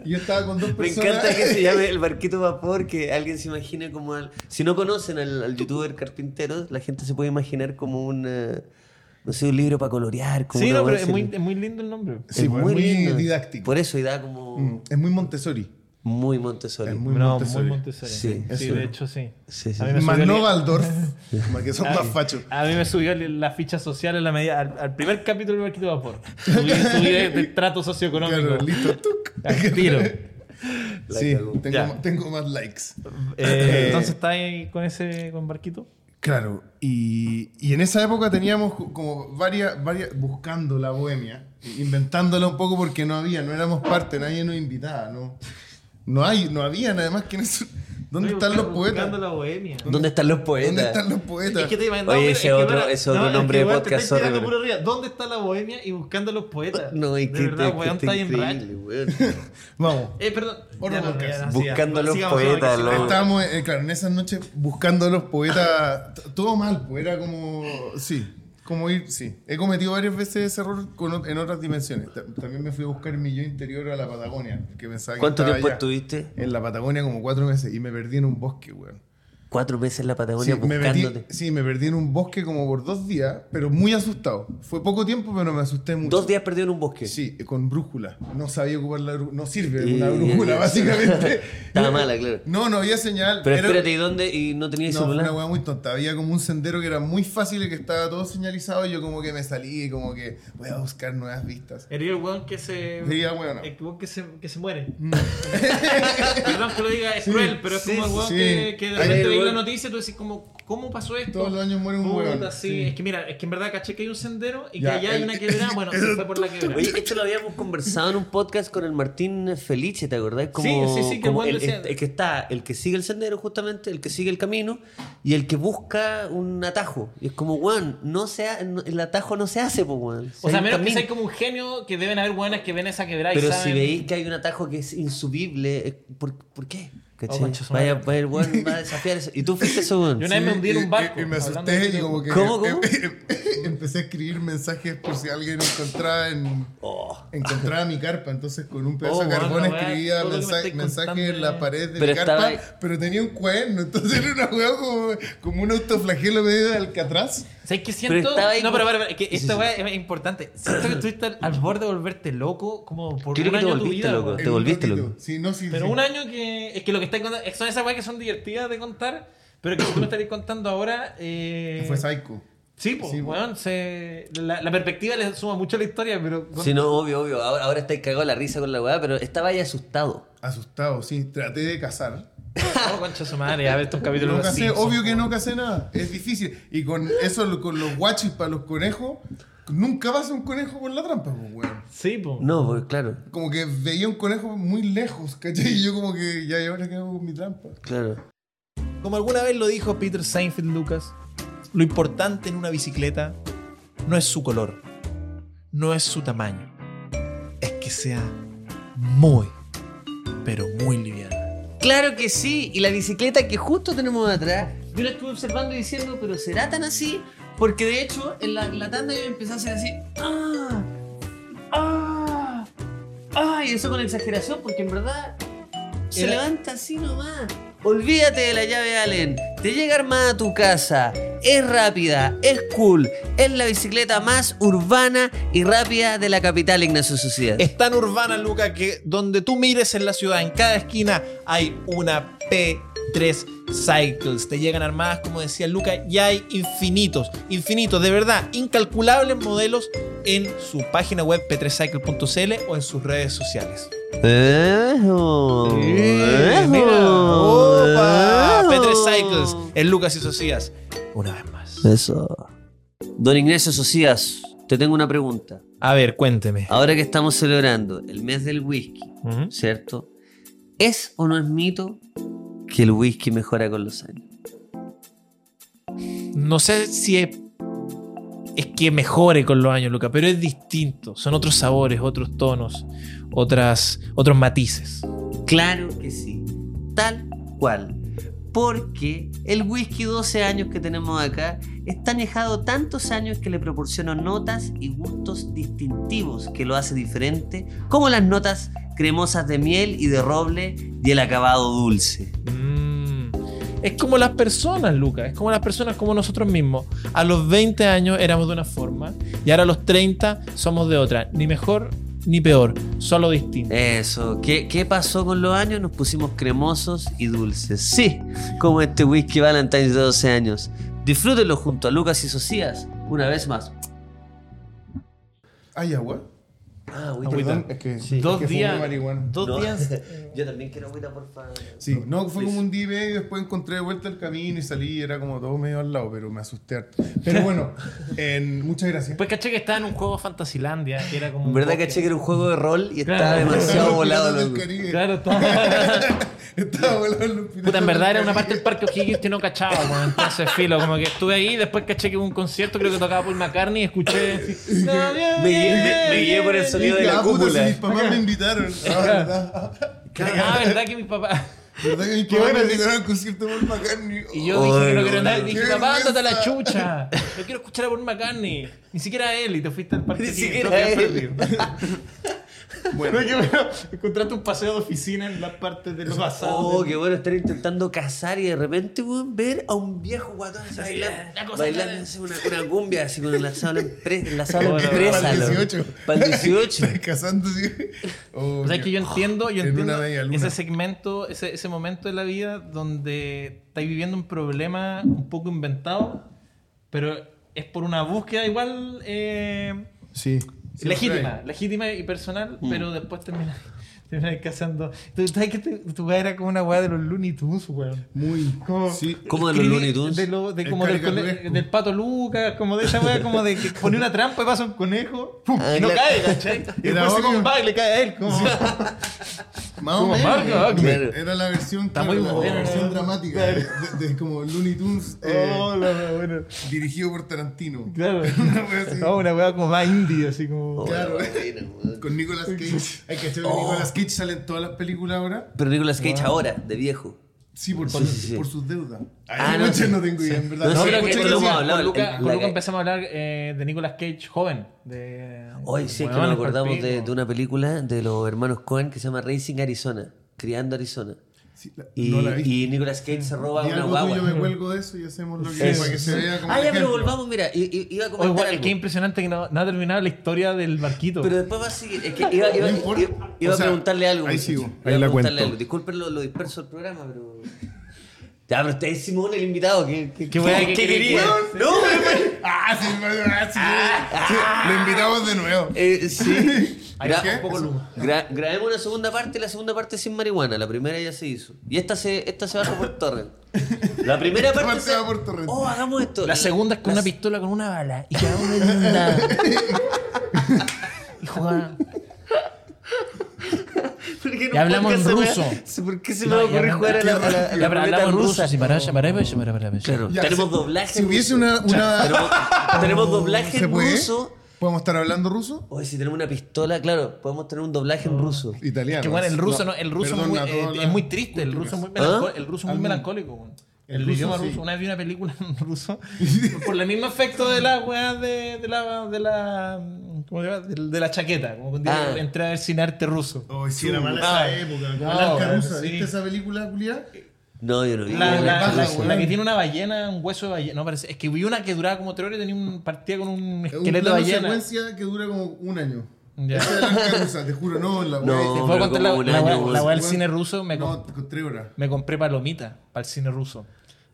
Speaker 3: Yo estaba con dos
Speaker 4: Me
Speaker 3: personas.
Speaker 4: encanta que se llame el barquito de vapor, que alguien se imagine como al... Si no conocen al, al youtuber carpintero, la gente se puede imaginar como un... eh, No sé, un libro para colorear. Como
Speaker 2: Sí,
Speaker 4: una
Speaker 2: no, pero es
Speaker 4: hueá así.
Speaker 2: muy, es muy lindo el nombre.
Speaker 3: Sí, pues, es muy
Speaker 4: lindo.
Speaker 3: didáctico.
Speaker 4: Por eso, y da como...
Speaker 3: Mm, Es muy Montessori.
Speaker 4: Muy Montessori.
Speaker 3: Es muy
Speaker 2: no,
Speaker 3: Montessori.
Speaker 2: muy Montessori.
Speaker 4: Sí,
Speaker 2: Sí,
Speaker 3: eso.
Speaker 2: de hecho sí.
Speaker 4: Sí, sí,
Speaker 2: A mí
Speaker 4: sí.
Speaker 2: me
Speaker 3: Más
Speaker 2: subió
Speaker 3: no
Speaker 2: el-
Speaker 3: Waldorf, más que son más fachos.
Speaker 2: A mí me subió la ficha social en la medida, al, al primer capítulo del Barquito de Vapor. Subí, subí de, de trato socioeconómico.
Speaker 3: Claro, listo. tuc.
Speaker 2: Al tiro. Eh,
Speaker 4: La
Speaker 3: Sí,
Speaker 4: cagó.
Speaker 3: tengo,
Speaker 2: Ya.
Speaker 3: más- tengo más likes.
Speaker 2: Eh, entonces está ahí con ese con Barquito.
Speaker 3: Claro, y, y en esa época teníamos co- como varias, varias, buscando la bohemia, inventándola un poco porque no había, no éramos parte, nadie nos invitaba, no, no, hay, no había nada más que en eso. ¿Dónde
Speaker 2: Estoy
Speaker 3: están los
Speaker 2: buscando-
Speaker 3: poetas?
Speaker 2: buscando la bohemia.
Speaker 4: ¿Dónde están los poetas?
Speaker 3: ¿Dónde están los poetas?
Speaker 2: Es que te- no,
Speaker 4: Oye,
Speaker 2: mira,
Speaker 4: ese
Speaker 2: es que
Speaker 4: otro-
Speaker 2: para-
Speaker 4: ese otro
Speaker 2: es
Speaker 4: nombre
Speaker 2: que
Speaker 4: de
Speaker 2: igual te
Speaker 4: podcast,
Speaker 2: estáis tirando
Speaker 4: sorry,
Speaker 2: puro arriba. ¿Dónde está la bohemia y buscando a los poetas?
Speaker 4: No, es
Speaker 2: De
Speaker 4: que
Speaker 2: verdad,
Speaker 4: te- que
Speaker 2: weón, está
Speaker 4: está
Speaker 2: bien
Speaker 4: increíble, weón.
Speaker 3: Vamos.
Speaker 2: rayo. Eh, perdón.
Speaker 3: Otro
Speaker 2: Ya no,
Speaker 3: podcast.
Speaker 2: ya no, sigamos,
Speaker 4: Buscando a los
Speaker 2: sigamos, sigamos,
Speaker 4: poetas,
Speaker 2: que
Speaker 4: loco.
Speaker 2: sigamos.
Speaker 3: Estábamos, eh, claro, en esas noches buscando a los poetas. t- Todo mal, pues era como. Sí, como ir. Sí. He cometido varias veces ese error con o- en otras dimensiones. Ta- También me fui a buscar mi yo interior a la Patagonia. Que pensaba que
Speaker 4: ¿Cuánto
Speaker 3: estaba
Speaker 4: tiempo
Speaker 3: allá.
Speaker 4: estuviste?
Speaker 3: En la Patagonia como cuatro meses y me perdí en un bosque, weón.
Speaker 4: Cuatro meses en la
Speaker 3: Sí
Speaker 4: Patagonia
Speaker 3: me, metí,
Speaker 4: buscándote.
Speaker 3: sí, me perdí en un bosque como por dos días, pero muy asustado. Fue poco tiempo, pero me asusté mucho.
Speaker 4: Dos días perdido en un bosque.
Speaker 3: Sí, con brújula. No sabía ocupar la brújula. No sirve
Speaker 4: Y-
Speaker 3: una brújula, básicamente.
Speaker 4: Estaba mala, claro.
Speaker 3: No, no había señal.
Speaker 4: Pero
Speaker 3: Era-
Speaker 4: espérate, ¿y dónde? ¿Y no tenías
Speaker 3: no, fue
Speaker 4: celular?
Speaker 3: una weá muy tonta. Había como un sendero que era muy fácil y que estaba todo señalizado. Y yo, como que me salí y como que voy a buscar nuevas vistas.
Speaker 2: Era el weón que se.
Speaker 3: Diga, bueno. Mm.
Speaker 2: El weón que se, que se muere. Perdón que lo diga, es cruel, pero es
Speaker 3: sí,
Speaker 2: como el weón
Speaker 3: sí.
Speaker 2: que, que de
Speaker 3: Ahí
Speaker 2: repente
Speaker 4: el
Speaker 2: veis la
Speaker 4: weón-
Speaker 2: noticia y tú decís, como, ¿cómo pasó esto?
Speaker 3: Todos los años muere un
Speaker 2: Puta,
Speaker 3: weón,
Speaker 2: sí.
Speaker 3: sí.
Speaker 2: Es que mira, es que en verdad caché que hay un sendero y
Speaker 3: Ya,
Speaker 2: que allá hay
Speaker 3: el-
Speaker 2: una quebrada. Bueno, se fue por la quebrada.
Speaker 4: Oye, esto lo habíamos conversado en un podcast con el Martín Felice, ¿te acordás? Como,
Speaker 2: Sí, sí, sí, que
Speaker 4: como
Speaker 2: Juan
Speaker 4: el,
Speaker 2: decía-
Speaker 4: el- el que está, el que sigue el sendero justamente, el que sigue el camino y el que busca un atajo. Y es como, Juan, no sea, no- el atajo no se hace, pues, Juan.
Speaker 2: o sea, a menos que sea como un genio que deben haber weones que ven esa quebrada y
Speaker 4: Pero
Speaker 2: saben.
Speaker 4: si veis que hay un atajo que es insubible, eh, ¿por, por qué? ¿Cachai?
Speaker 2: Oh, concha su
Speaker 4: vaya,
Speaker 2: madre.
Speaker 4: vaya el Juan va a desafiar eso. Y tú fuiste eso, Juan.
Speaker 2: Yo una vez me hundí en
Speaker 3: y-
Speaker 2: un barco.
Speaker 3: Y, y me
Speaker 2: hablando de
Speaker 3: asusté y
Speaker 2: eso.
Speaker 3: como que. em,
Speaker 4: ¿Cómo, cómo?
Speaker 3: empecé a escribir mensajes por si alguien encontraba en.
Speaker 4: Oh.
Speaker 3: Encontraba mi carpa, entonces con un pedazo
Speaker 2: Oh,
Speaker 3: de
Speaker 2: bueno,
Speaker 3: carbón
Speaker 2: weá,
Speaker 3: escribía
Speaker 2: todo lo que me
Speaker 3: mensa-
Speaker 2: estáis
Speaker 3: mensajes
Speaker 2: contando,
Speaker 3: en la
Speaker 2: eh.
Speaker 3: pared de
Speaker 4: Pero
Speaker 3: mi carpa,
Speaker 4: estaba-
Speaker 3: pero tenía un cuerno, entonces era una weá como, como un autoflagelo medio de Alcatraz.
Speaker 2: ¿Sabes qué siento?
Speaker 4: estaba ahí-
Speaker 2: No, pero, pero, pero, que
Speaker 4: Sí,
Speaker 2: esta
Speaker 4: sí,
Speaker 2: weá es importante. Siento que estuviste al, al borde de volverte loco como por
Speaker 4: Creo
Speaker 2: un
Speaker 4: que te
Speaker 2: año de tu
Speaker 4: volviste
Speaker 2: vida.
Speaker 4: loco.
Speaker 2: weón.
Speaker 4: Te
Speaker 3: En un
Speaker 4: volviste
Speaker 3: ratito.
Speaker 4: loco.
Speaker 3: Sí, no, sí,
Speaker 2: Pero
Speaker 3: sí.
Speaker 2: un año que. Es que lo que estáis contando. eh, Son esas weas que son divertidas de contar. Pero que tú me estarías contando ahora. Eh,
Speaker 3: Fue psycho.
Speaker 2: Sí, pues,
Speaker 3: Sí, po.
Speaker 2: weón. se- la, la perspectiva le suma mucho a la historia, pero.
Speaker 4: Sí, no, obvio, obvio. Ahora, ahora estáis cagados la risa con la weá, pero estaba ahí asustado.
Speaker 3: Asustado, sí. Traté de cazar.
Speaker 2: Oh, concha su madre, a ver estos capítulos. de
Speaker 3: No
Speaker 2: los
Speaker 3: casé,
Speaker 2: Simpsons,
Speaker 3: obvio que
Speaker 2: weón.
Speaker 3: no casé nada. Es difícil. Y con eso, lo- con los guachis para los conejos, nunca vas a un conejo con la trampa, pues, weón.
Speaker 2: Sí, pues.
Speaker 4: No, pues claro,
Speaker 3: Como que veía un conejo muy lejos, ¿cachai? Y yo como que, ya, ¿y ahora qué hago con mi trampa?
Speaker 4: claro.
Speaker 1: Como alguna vez lo dijo Peter Seinfeld Lucas, lo importante en una bicicleta no es su color, no es su tamaño, es que sea muy, pero muy liviana.
Speaker 4: Claro que sí, y la bicicleta que justo tenemos atrás, yo la estuve observando y diciendo, pero ¿será tan así? Porque de hecho, en la, la tanda yo empecé a hacer así, ¡ah! ¡ah! ¡ah! Y eso con exageración, porque en verdad se
Speaker 2: Era-
Speaker 4: levanta así nomás. Olvídate de la llave Allen, te llega armada a tu casa, es rápida, es cool, es la bicicleta más urbana y rápida de la capital Ignacio Sociedad.
Speaker 1: Es tan urbana, Lucas, que donde tú mires en la ciudad, en cada esquina, hay una P3 Cycles. Te llegan armadas, como decía Lucas, y hay infinitos, infinitos, de verdad, incalculables modelos en su página web p3cycle.cl o en sus redes sociales.
Speaker 4: Ejo.
Speaker 1: Eh,
Speaker 4: Ejo.
Speaker 1: mira. Opa,
Speaker 2: eh,
Speaker 4: Ejo.
Speaker 1: P3 Cycles, el Lucas y Socias. Una vez más.
Speaker 4: Eso. Don Ignacio Socias, te tengo una pregunta.
Speaker 1: A ver, cuénteme.
Speaker 4: Ahora que estamos celebrando el mes del whisky,
Speaker 1: Ujú.
Speaker 4: ¿cierto? ¿Es o no es mito que el whisky mejora con los años?
Speaker 1: No sé si es, es que mejore con los años, Lucas, pero es distinto. Son otros sabores, otros tonos, otras, otros matices.
Speaker 4: Claro que sí. Tal cual. Porque el whisky 12 años que tenemos acá está añejado tantos años que le proporciona notas y gustos distintivos que lo hace diferente, como las notas cremosas de miel y de roble y el acabado dulce.
Speaker 1: Mm. Es como las personas, Lucas. Es como las personas, como nosotros mismos. A los 20 años éramos de una forma y ahora a los 30 somos de otra. Ni mejor ni peor, solo distinto.
Speaker 4: Eso, ¿qué, qué pasó con los años? Nos pusimos cremosos y dulces. Sí, como este whisky Valentine's de 12 años. Disfrútenlo junto a Lucas y Socias una vez más.
Speaker 3: ¿Hay agua?
Speaker 4: Ah, agüita.
Speaker 3: Perdón, es que,
Speaker 4: Sí.
Speaker 3: es
Speaker 2: Dos
Speaker 3: que fumé
Speaker 2: días.
Speaker 3: marihuana.
Speaker 2: Dos
Speaker 4: No,
Speaker 2: días.
Speaker 4: Yo también quiero agüita, porfa.
Speaker 3: Sí, no, fue
Speaker 4: please.
Speaker 3: como un día y medio, después encontré de vuelta el camino y salí, era como todo medio al lado, pero me asusté. harto. Pero bueno, en- muchas gracias.
Speaker 2: Pues caché que estaba en un juego Fantasilandia, que era como.
Speaker 4: En
Speaker 2: un
Speaker 4: verdad
Speaker 2: bosque.
Speaker 4: caché que era un juego de rol y estaba
Speaker 2: Claro.
Speaker 4: demasiado volado,
Speaker 3: Piratas del
Speaker 4: loco.
Speaker 3: Caribe.
Speaker 2: Claro, estaba.
Speaker 3: Estaba volado los
Speaker 2: Puta,
Speaker 3: piratas
Speaker 2: en verdad
Speaker 3: del
Speaker 2: era una
Speaker 3: Caribe.
Speaker 2: parte del parque O'Higgins que no cachaba, weón. Entonces, filo, como que estuve ahí, después caché que hubo un concierto, creo que tocaba Paul McCartney, y escuché. así,
Speaker 4: Me guié, me- me guié por el sonido de la
Speaker 3: Ah, puta, si
Speaker 4: cúpula.
Speaker 3: mis papás me invitaron. Ah, verdad.
Speaker 2: Ah, verdad que mi papá.
Speaker 3: Verdad que mis papás me invitaron al concierto de Paul McCartney.
Speaker 2: Y yo dije que no
Speaker 4: Oye,
Speaker 2: quiero nada.
Speaker 4: weón.
Speaker 2: Dije,
Speaker 3: Qué
Speaker 2: papá, ándate a la
Speaker 3: vergüenza.
Speaker 2: chucha. No quiero escuchar a Paul McCartney. Ni siquiera a él, y te fuiste al parque
Speaker 4: Ni
Speaker 2: O'Higgins,
Speaker 4: siquiera
Speaker 2: todo
Speaker 4: a
Speaker 2: quedó
Speaker 4: él.
Speaker 2: perdido.
Speaker 3: oh, Bueno,
Speaker 2: Encontraste un paseo de oficina en las partes de los
Speaker 4: Oh, qué bueno estar intentando cazar y de repente, weón, ver a un viejo guatón así bailando,
Speaker 2: la cosa
Speaker 4: bailando
Speaker 2: es-
Speaker 4: así una, una cumbia así con el asado en la sala
Speaker 2: Bueno,
Speaker 4: empresa.
Speaker 3: para el
Speaker 4: loco.
Speaker 3: 18.
Speaker 4: Para el 18.
Speaker 3: Estás casándose. Oh,
Speaker 2: O sea, es que yo entiendo, yo
Speaker 3: En
Speaker 2: entiendo
Speaker 3: una media luna.
Speaker 2: ese segmento, ese, ese momento de la vida donde estáis viviendo un problema un poco inventado, pero es por una búsqueda igual eh,
Speaker 3: Sí.
Speaker 2: legítima, legítima y personal,
Speaker 4: Mm.
Speaker 2: pero después terminas terminas casando. Tú sabes que tu, tu weá era como una weá de los Looney Tunes, weón.
Speaker 3: Muy.
Speaker 2: Como-
Speaker 3: Sí.
Speaker 4: ¿Cómo de los
Speaker 2: escribí
Speaker 4: Looney Tunes?
Speaker 2: De lo- de
Speaker 3: Es
Speaker 2: como del,
Speaker 3: caricaturesco.
Speaker 2: cone- del pato Lucas, como de esa weá, como de que pone una trampa y pasa un conejo, ¡pum!
Speaker 4: Ah,
Speaker 2: y no
Speaker 4: claro.
Speaker 2: cae, ¿cachai? Y
Speaker 3: Era
Speaker 2: después se
Speaker 3: obvio.
Speaker 2: compara y le cae a él, como.
Speaker 3: Más
Speaker 2: Como
Speaker 3: o menos.
Speaker 2: marca, ah,
Speaker 4: claro.
Speaker 3: Era la versión,
Speaker 2: Está
Speaker 3: claro,
Speaker 2: muy
Speaker 3: la
Speaker 2: buena.
Speaker 3: versión dramática de, de- como Looney Tunes eh,
Speaker 2: Oh, la wea, bueno.
Speaker 3: dirigido por Tarantino.
Speaker 2: Claro.
Speaker 3: Una wea así.
Speaker 2: No, una weá como más indie, así
Speaker 4: Oh.
Speaker 2: como.
Speaker 3: Claro.
Speaker 4: bueno, weón.
Speaker 3: Con Nicolas Cage. Hay que hacer
Speaker 2: Oh.
Speaker 3: que Nicolas Cage sale en todas las películas ahora.
Speaker 4: Pero Nicolas Cage ahora, de viejo.
Speaker 3: Sí, por,
Speaker 4: Sí,
Speaker 3: por,
Speaker 4: sí, sí.
Speaker 3: por sus deudas. Ay,
Speaker 4: Ah, no,
Speaker 3: muchas
Speaker 4: sí.
Speaker 3: no tengo idea, en verdad.
Speaker 4: No,
Speaker 2: No,
Speaker 4: Sí,
Speaker 2: pero que
Speaker 4: muchas
Speaker 2: con
Speaker 4: gracias.
Speaker 2: Luca,
Speaker 4: Hablamos,
Speaker 2: con Luca,
Speaker 4: el-
Speaker 2: con
Speaker 4: la
Speaker 2: Luca
Speaker 4: que-
Speaker 2: empezamos a hablar eh, de Nicolas Cage joven. De,
Speaker 4: Hoy sí es que
Speaker 2: Hueones,
Speaker 4: nos acordamos
Speaker 2: palpico.
Speaker 4: de, de una película de los hermanos Cohen que se llama Racing Arizona, Criando Arizona.
Speaker 3: Sí, la-
Speaker 4: Y,
Speaker 3: no la vi.
Speaker 4: y Nicolas Cage se roba
Speaker 3: Y
Speaker 4: una
Speaker 3: algo tuyo
Speaker 4: guagua.
Speaker 3: me cuelgo de eso y hacemos lo que
Speaker 2: Sí,
Speaker 3: para que se vea como
Speaker 4: Ah, ya, pero
Speaker 3: ejemplo.
Speaker 4: volvamos, mira, i- i- iba a
Speaker 2: Oye,
Speaker 4: comentar
Speaker 2: weón, es
Speaker 4: algo.
Speaker 2: que es impresionante que no, no ha terminado la historia del barquito.
Speaker 4: Pero después va a seguir. Es que iba, iba-
Speaker 3: No importa.
Speaker 4: iba- iba
Speaker 3: O sea,
Speaker 4: a preguntarle algo.
Speaker 3: ahí
Speaker 4: muchachos.
Speaker 3: sigo,
Speaker 4: Iba
Speaker 3: ahí
Speaker 4: a
Speaker 3: la
Speaker 4: preguntarle
Speaker 3: cuento.
Speaker 4: algo. Disculpen lo, lo disperso del programa, pero. Ya, pero usted es Simón el invitado. ¿Qué, qué,
Speaker 2: Qué weá, qué- qué-
Speaker 4: quería?
Speaker 2: weón.
Speaker 4: No, pero-
Speaker 3: Ah, sí, me- ah, sí, sí, Lo invitamos de nuevo.
Speaker 4: eh, sí.
Speaker 2: Ahí
Speaker 4: Gra-
Speaker 2: va un poco
Speaker 4: Eso.
Speaker 2: luma.
Speaker 4: Gra- grabemos una segunda parte y la segunda parte sin marihuana. La primera ya se hizo. Y esta se, esta se baja por torrent. La primera
Speaker 3: Esta
Speaker 4: parte.
Speaker 3: parte
Speaker 4: se-
Speaker 3: Este va por torrent.
Speaker 4: Oh, hagamos esto.
Speaker 2: la segunda es con
Speaker 4: la-
Speaker 2: una pistola con una bala y cada uno en una. y jugaban.
Speaker 4: ¿Por qué no
Speaker 2: Y hablamos en
Speaker 4: podcast se me-
Speaker 2: ruso.
Speaker 4: ¿Por qué se
Speaker 2: No,
Speaker 4: me va a
Speaker 2: y
Speaker 4: ocurrir
Speaker 2: hablamos-
Speaker 4: jugar a la, a la- a la
Speaker 2: Ya, pero
Speaker 4: ruleta
Speaker 2: hablamos
Speaker 4: rusa?
Speaker 2: ruso, si pará, ya pará, ya pará, ya pará.
Speaker 4: Claro,
Speaker 3: Ya,
Speaker 4: tenemos
Speaker 3: si-
Speaker 4: doblaje.
Speaker 3: Si
Speaker 4: en
Speaker 3: hubiese
Speaker 4: ruso.
Speaker 3: una. una-
Speaker 4: Tenemos, tenemos doblaje
Speaker 3: Oh, ¿Se
Speaker 4: en
Speaker 3: puede?
Speaker 4: ruso.
Speaker 3: ¿Podemos estar hablando ruso?
Speaker 4: Oye, si tenemos una pistola, claro, podemos tener un doblaje
Speaker 3: Oh.
Speaker 4: en ruso.
Speaker 3: Italiano.
Speaker 2: Que bueno, el ruso, no, el ruso
Speaker 3: Perdón
Speaker 2: muy,
Speaker 3: a
Speaker 2: eh,
Speaker 3: todas
Speaker 2: es
Speaker 3: las
Speaker 2: muy triste, el ruso es muy,
Speaker 4: culturas.
Speaker 2: melancó- el ruso es muy
Speaker 3: Algún-
Speaker 2: melancólico. weón. El,
Speaker 3: El ruso,
Speaker 2: idioma
Speaker 3: sí.
Speaker 2: ruso. Una vez vi una película en ruso por el mismo efecto de la weá de, de la de la ¿cómo se llama? De, de la chaqueta, como cuando
Speaker 4: Ah.
Speaker 2: entré a ver sin arte ruso.
Speaker 3: Oh, sí, era mala
Speaker 2: Ah.
Speaker 3: esa época.
Speaker 2: No,
Speaker 3: Blanca
Speaker 2: bueno,
Speaker 3: rusa.
Speaker 2: sí.
Speaker 3: ¿Viste esa película, Julia?
Speaker 4: No, yo no vi.
Speaker 2: La,
Speaker 4: Yo
Speaker 2: la-
Speaker 3: baja,
Speaker 2: la-
Speaker 4: ruso.
Speaker 3: weón.
Speaker 2: la que tiene una ballena, un hueso de ballena. No, parece. Es que vi una que duraba como tres horas y tenía un partida con un
Speaker 3: Es
Speaker 2: esqueleto de ballena.
Speaker 3: secuencia que dura como un año.
Speaker 2: Ya.
Speaker 3: Esa es Blanca rusa, te juro, no, la
Speaker 4: No,
Speaker 2: Te
Speaker 3: wea-
Speaker 2: puedo contar
Speaker 4: pero como
Speaker 2: la,
Speaker 4: un
Speaker 2: la
Speaker 4: año,
Speaker 2: weá-
Speaker 4: weón.
Speaker 2: la weá del
Speaker 3: Weón,
Speaker 2: cine ruso. Me,
Speaker 3: No,
Speaker 2: comp-
Speaker 3: con tres horas.
Speaker 2: me compré palomitas para el cine ruso.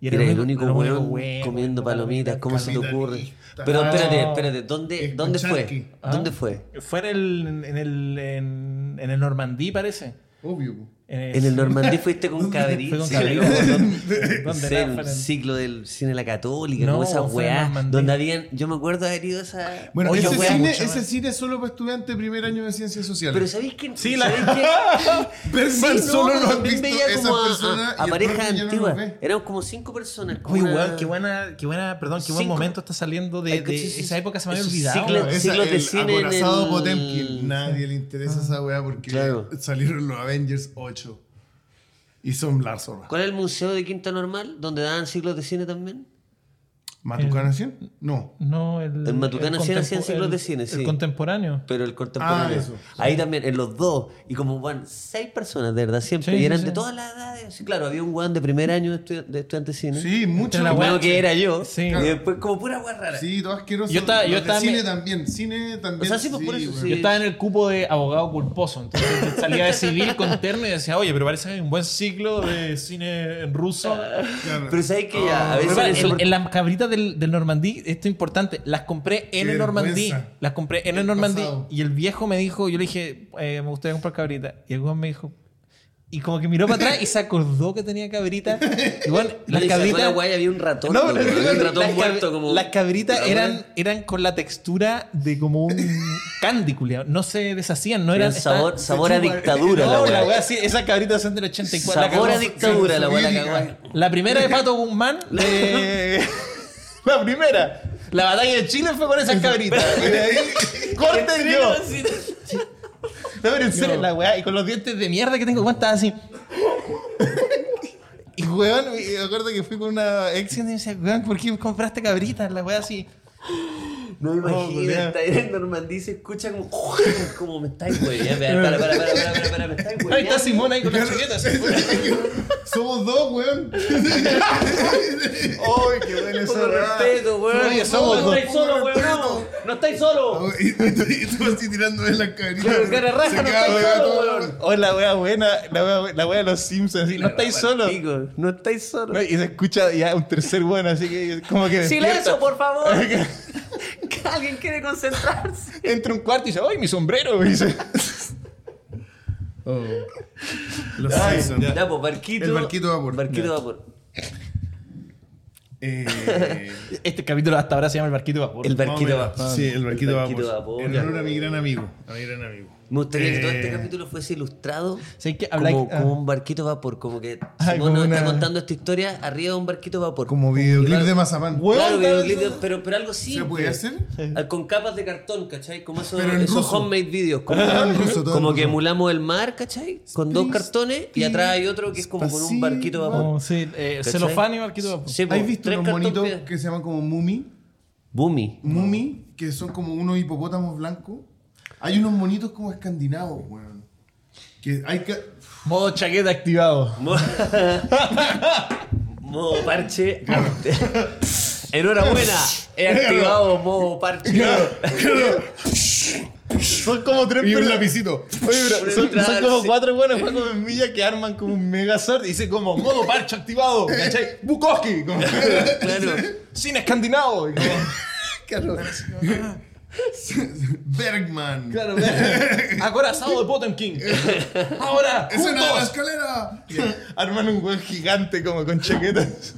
Speaker 2: Y
Speaker 4: Era el único
Speaker 2: era el
Speaker 4: weón
Speaker 2: weón
Speaker 4: comiendo palomitas, ¿cómo se te
Speaker 3: Capitalista.
Speaker 4: ocurre? Pero
Speaker 3: Ah,
Speaker 4: espérate,
Speaker 2: no.
Speaker 4: espérate, ¿dónde,
Speaker 3: Es
Speaker 4: dónde
Speaker 3: con
Speaker 4: fue?
Speaker 3: charqui.
Speaker 4: ¿Dónde
Speaker 2: ¿Ah?
Speaker 4: fue?
Speaker 2: Fue en el, en el, en, en el Normandí, parece.
Speaker 3: Obvio. po.
Speaker 4: En el Normandí fuiste con
Speaker 2: Fue
Speaker 4: Caberín.
Speaker 2: con
Speaker 4: Sí,
Speaker 2: Caberín.
Speaker 4: ¿dónde-
Speaker 2: ¿Dónde
Speaker 4: no sé,
Speaker 2: era?
Speaker 4: en
Speaker 2: Fue
Speaker 4: un
Speaker 2: en-
Speaker 4: ciclo del cine La Católica,
Speaker 2: No,
Speaker 4: como esas
Speaker 2: fue en
Speaker 4: weás,
Speaker 2: Normandía.
Speaker 4: donde habían, yo me acuerdo haber ido a esa...
Speaker 3: Bueno,
Speaker 4: Oye,
Speaker 3: ese,
Speaker 4: weá,
Speaker 3: cine,
Speaker 4: mucho
Speaker 3: ese
Speaker 4: más.
Speaker 3: cine es solo para estudiantes de primer año de ciencias sociales.
Speaker 4: Pero ¿sabéis que
Speaker 2: Sí, la-
Speaker 4: ¿sabéis qué?
Speaker 3: Bergman
Speaker 4: Sí, no,
Speaker 3: solo
Speaker 4: pero
Speaker 3: lo han
Speaker 4: también
Speaker 3: visto
Speaker 4: veía
Speaker 3: esas
Speaker 4: como a-
Speaker 3: personas
Speaker 4: a, a
Speaker 3: y el
Speaker 4: parejas
Speaker 3: profe ya no
Speaker 4: antiguas.
Speaker 3: los ve.
Speaker 4: Eran como cinco personas. como
Speaker 2: Uy,
Speaker 4: una-
Speaker 2: weón, qué buena, qué buena, perdón, qué buen
Speaker 4: Cinco.
Speaker 2: momento está saliendo de,
Speaker 4: Ay,
Speaker 2: de
Speaker 4: sí, sí,
Speaker 2: esa
Speaker 4: sí.
Speaker 2: época, se me había
Speaker 4: Esos
Speaker 2: olvidado.
Speaker 4: ciclos-
Speaker 2: weón.
Speaker 3: Esa-
Speaker 4: siglos de
Speaker 3: el
Speaker 4: cine en
Speaker 3: acorazado
Speaker 4: el-
Speaker 3: Potemkin. Nadie le interesa esa weá porque
Speaker 4: Claro.
Speaker 3: salieron los Avengers 8 y son la zorra.
Speaker 4: ¿Cuál es el museo de Quinta Normal? Donde daban ciclos de cine también.
Speaker 3: ¿Matucana 100? No.
Speaker 2: No, el.
Speaker 4: El Matucana sí hacían
Speaker 2: contempo-
Speaker 4: ciclos
Speaker 2: el-
Speaker 4: de cine, sí.
Speaker 2: El contemporáneo.
Speaker 4: Pero el contemporáneo.
Speaker 3: Ah, eso.
Speaker 4: Ahí también, en los dos. Y como, bueno, seis personas, de verdad, siempre.
Speaker 2: Sí,
Speaker 4: y
Speaker 2: sí,
Speaker 4: eran
Speaker 2: sí.
Speaker 4: de todas las edades. Sí, claro, había un weón de primer año de, estu- de estudiante de cine.
Speaker 3: Sí, mucho.
Speaker 2: Entre la
Speaker 4: Como
Speaker 2: weá,
Speaker 4: que era yo.
Speaker 2: Sí.
Speaker 4: Y después, como pura weá rara.
Speaker 3: Sí, todo asqueroso.
Speaker 2: Yo estaba- yo
Speaker 3: Los de
Speaker 2: estaba-
Speaker 3: cine
Speaker 2: me-
Speaker 3: también. Cine también.
Speaker 4: O sea, sí, pues, por eso,
Speaker 3: weón.
Speaker 4: sí.
Speaker 2: Yo estaba en el cupo de abogado culposo, entonces salía de civil con terno y decía, oye, pero parece que hay un buen ciclo de cine en ruso.
Speaker 3: Claro.
Speaker 4: Pero sabéis que ya, a
Speaker 2: Pero
Speaker 4: veces.
Speaker 2: va,
Speaker 4: era
Speaker 2: en,
Speaker 4: insopor-
Speaker 2: en las cabritas del, del Normandí, esto es importante, las compré en
Speaker 3: Qué
Speaker 2: el Normandí.
Speaker 3: vergüenza.
Speaker 2: Las compré en el
Speaker 3: El
Speaker 2: Normandí.
Speaker 3: pasado.
Speaker 2: Y el viejo me dijo, yo le dije, eh, me gustaría comprar cabrita. Y el weón me dijo, y como que miró para atrás y se acordó que tenía cabrita. Y bueno, las
Speaker 4: Dice, "Hola,
Speaker 2: cabritas.
Speaker 4: guay, había un ratón.
Speaker 2: No,
Speaker 4: loco,
Speaker 2: pero-
Speaker 4: había un
Speaker 2: las
Speaker 4: ratón
Speaker 2: cab-
Speaker 4: muerto como.
Speaker 2: Las cabritas
Speaker 4: Ratón.
Speaker 2: eran, eran con la textura de como un candy, culiao. No se deshacían, no eran.
Speaker 4: Tenían sabor,
Speaker 2: estaban-
Speaker 4: sabor a
Speaker 3: chupa-
Speaker 4: dictadura la
Speaker 2: No, la
Speaker 4: weá.
Speaker 2: wea, sí, esas cabritas son del 84. la
Speaker 4: Sabor a
Speaker 2: cagó.
Speaker 4: dictadura la weá, la
Speaker 3: Jurídica.
Speaker 4: cagó.
Speaker 2: La primera de Pato Guzmán. eh, la primera. La batalla de Chile fue con esas cabritas. Y de ahí, corten Este yo. No, pero en serio, la weá. Y con los dientes de mierda que tengo, ¿cuántas así? Y weón, me acuerdo que fui con una ex y me decía, weón, ¿por qué compraste cabritas? La weá así.
Speaker 4: No me imagino,
Speaker 2: Oh, culiao.
Speaker 4: está ahí en Normandía y se escucha como. Como me estáis, güey. Ya, espera, para, para, para, para, para, para, me estáis, güey.
Speaker 2: Ahí está Simón ahí con las chuletas. así.
Speaker 3: Somos dos, weón.
Speaker 1: ¡Ay, qué bueno
Speaker 4: Poco respeto, weón.
Speaker 2: Oye, somos
Speaker 4: No
Speaker 2: dos.
Speaker 4: estáis solo, weón. No, no estáis solo.
Speaker 3: Y, y- y tú así tirándome las cabritas.
Speaker 4: Claro, cara raja,
Speaker 3: Se
Speaker 4: no
Speaker 3: queda
Speaker 4: estáis
Speaker 3: pegado
Speaker 4: solo,
Speaker 3: todo.
Speaker 4: weón.
Speaker 2: Oh, la wea buena, la wea, la wea de los Simpsons. así, no estáis solos.
Speaker 4: Pico, No estáis solo.
Speaker 2: No, Y se escucha ya un tercer bueno, así que como que.
Speaker 4: Silencio,
Speaker 2: despierta.
Speaker 4: por favor. Que Alguien quiere concentrarse.
Speaker 2: Entra un cuarto y dice, ¡ay, mi sombrero! Y dice,
Speaker 3: Los
Speaker 2: Ay,
Speaker 3: Simpsons.
Speaker 4: Ya, pues, barquito.
Speaker 3: El barquito a vapor.
Speaker 4: Barquito
Speaker 3: Ya.
Speaker 4: a vapor.
Speaker 3: Eh,
Speaker 2: este capítulo hasta ahora se llama El Barquito de Vapor.
Speaker 4: El barquito
Speaker 3: más
Speaker 4: a
Speaker 3: o
Speaker 4: vapor.
Speaker 3: menos. Sí, el barquito,
Speaker 4: El
Speaker 3: a
Speaker 4: barquito a
Speaker 3: vapor.
Speaker 4: vapor,
Speaker 3: En
Speaker 4: ya.
Speaker 3: honor a mi gran amigo. A mi gran amigo.
Speaker 4: Me gustaría que todo
Speaker 3: Eh,
Speaker 4: este capítulo fuese ilustrado
Speaker 2: ¿Sabes qué? Habla-
Speaker 4: como,
Speaker 2: ah.
Speaker 4: como un barquito vapor, como que
Speaker 2: Ah,
Speaker 4: Simón
Speaker 2: como
Speaker 4: nos
Speaker 2: una-
Speaker 4: está contando esta historia arriba de un barquito vapor.
Speaker 3: Como videoclip
Speaker 4: Claro,
Speaker 3: de Mazapán.
Speaker 2: Hueón,
Speaker 4: Claro,
Speaker 2: está-
Speaker 4: videoclip de- pero, pero algo sí.
Speaker 3: ¿Se puede hacer?
Speaker 4: Con capas de cartón, ¿cachai? Como esos,
Speaker 3: Pero en
Speaker 4: esos
Speaker 3: ruso.
Speaker 4: homemade videos. Como,
Speaker 3: Todo en ruso, todo en
Speaker 4: como
Speaker 3: ruso.
Speaker 4: que emulamos el mar, ¿cachai? Con dos
Speaker 3: Spring,
Speaker 4: cartones y atrás hay otro que es como con un
Speaker 3: Spring,
Speaker 4: barquito de vapor.
Speaker 2: Como, sí, eh,
Speaker 4: ¿Cachai?
Speaker 2: celofán y Barquito de Vapor.
Speaker 4: Sí, po,
Speaker 3: ¿Has visto
Speaker 4: tres
Speaker 3: unos
Speaker 4: cartón
Speaker 3: monitos
Speaker 4: piedra.
Speaker 3: que se llaman como Mumi?
Speaker 4: Boomy.
Speaker 3: Mumi, que son como unos hipopótamos blancos. Hay unos monitos como escandinavos, weón. Que hay que.
Speaker 2: Modo chaqueta activado.
Speaker 4: Mo- modo parche. Enhorabuena. He activado modo parche.
Speaker 2: Son como tres
Speaker 3: Y un
Speaker 2: personas-
Speaker 3: lapicito.
Speaker 2: Oye, pero son,
Speaker 4: Ultra-
Speaker 2: son como
Speaker 4: sí.
Speaker 2: cuatro buenos juegos de milla que arman como un megazord. Y dice como modo parche activado. ¿Cachai? Bukowski. Como,
Speaker 4: Claro.
Speaker 2: cine escandinavo. y como-
Speaker 3: Bergman.
Speaker 2: claro, claro. Acorazado de Potemkin. Ahora,
Speaker 3: ¡Escena de la
Speaker 2: juntos.
Speaker 3: escalera!
Speaker 2: Arman un buen gigante como con chaquetas.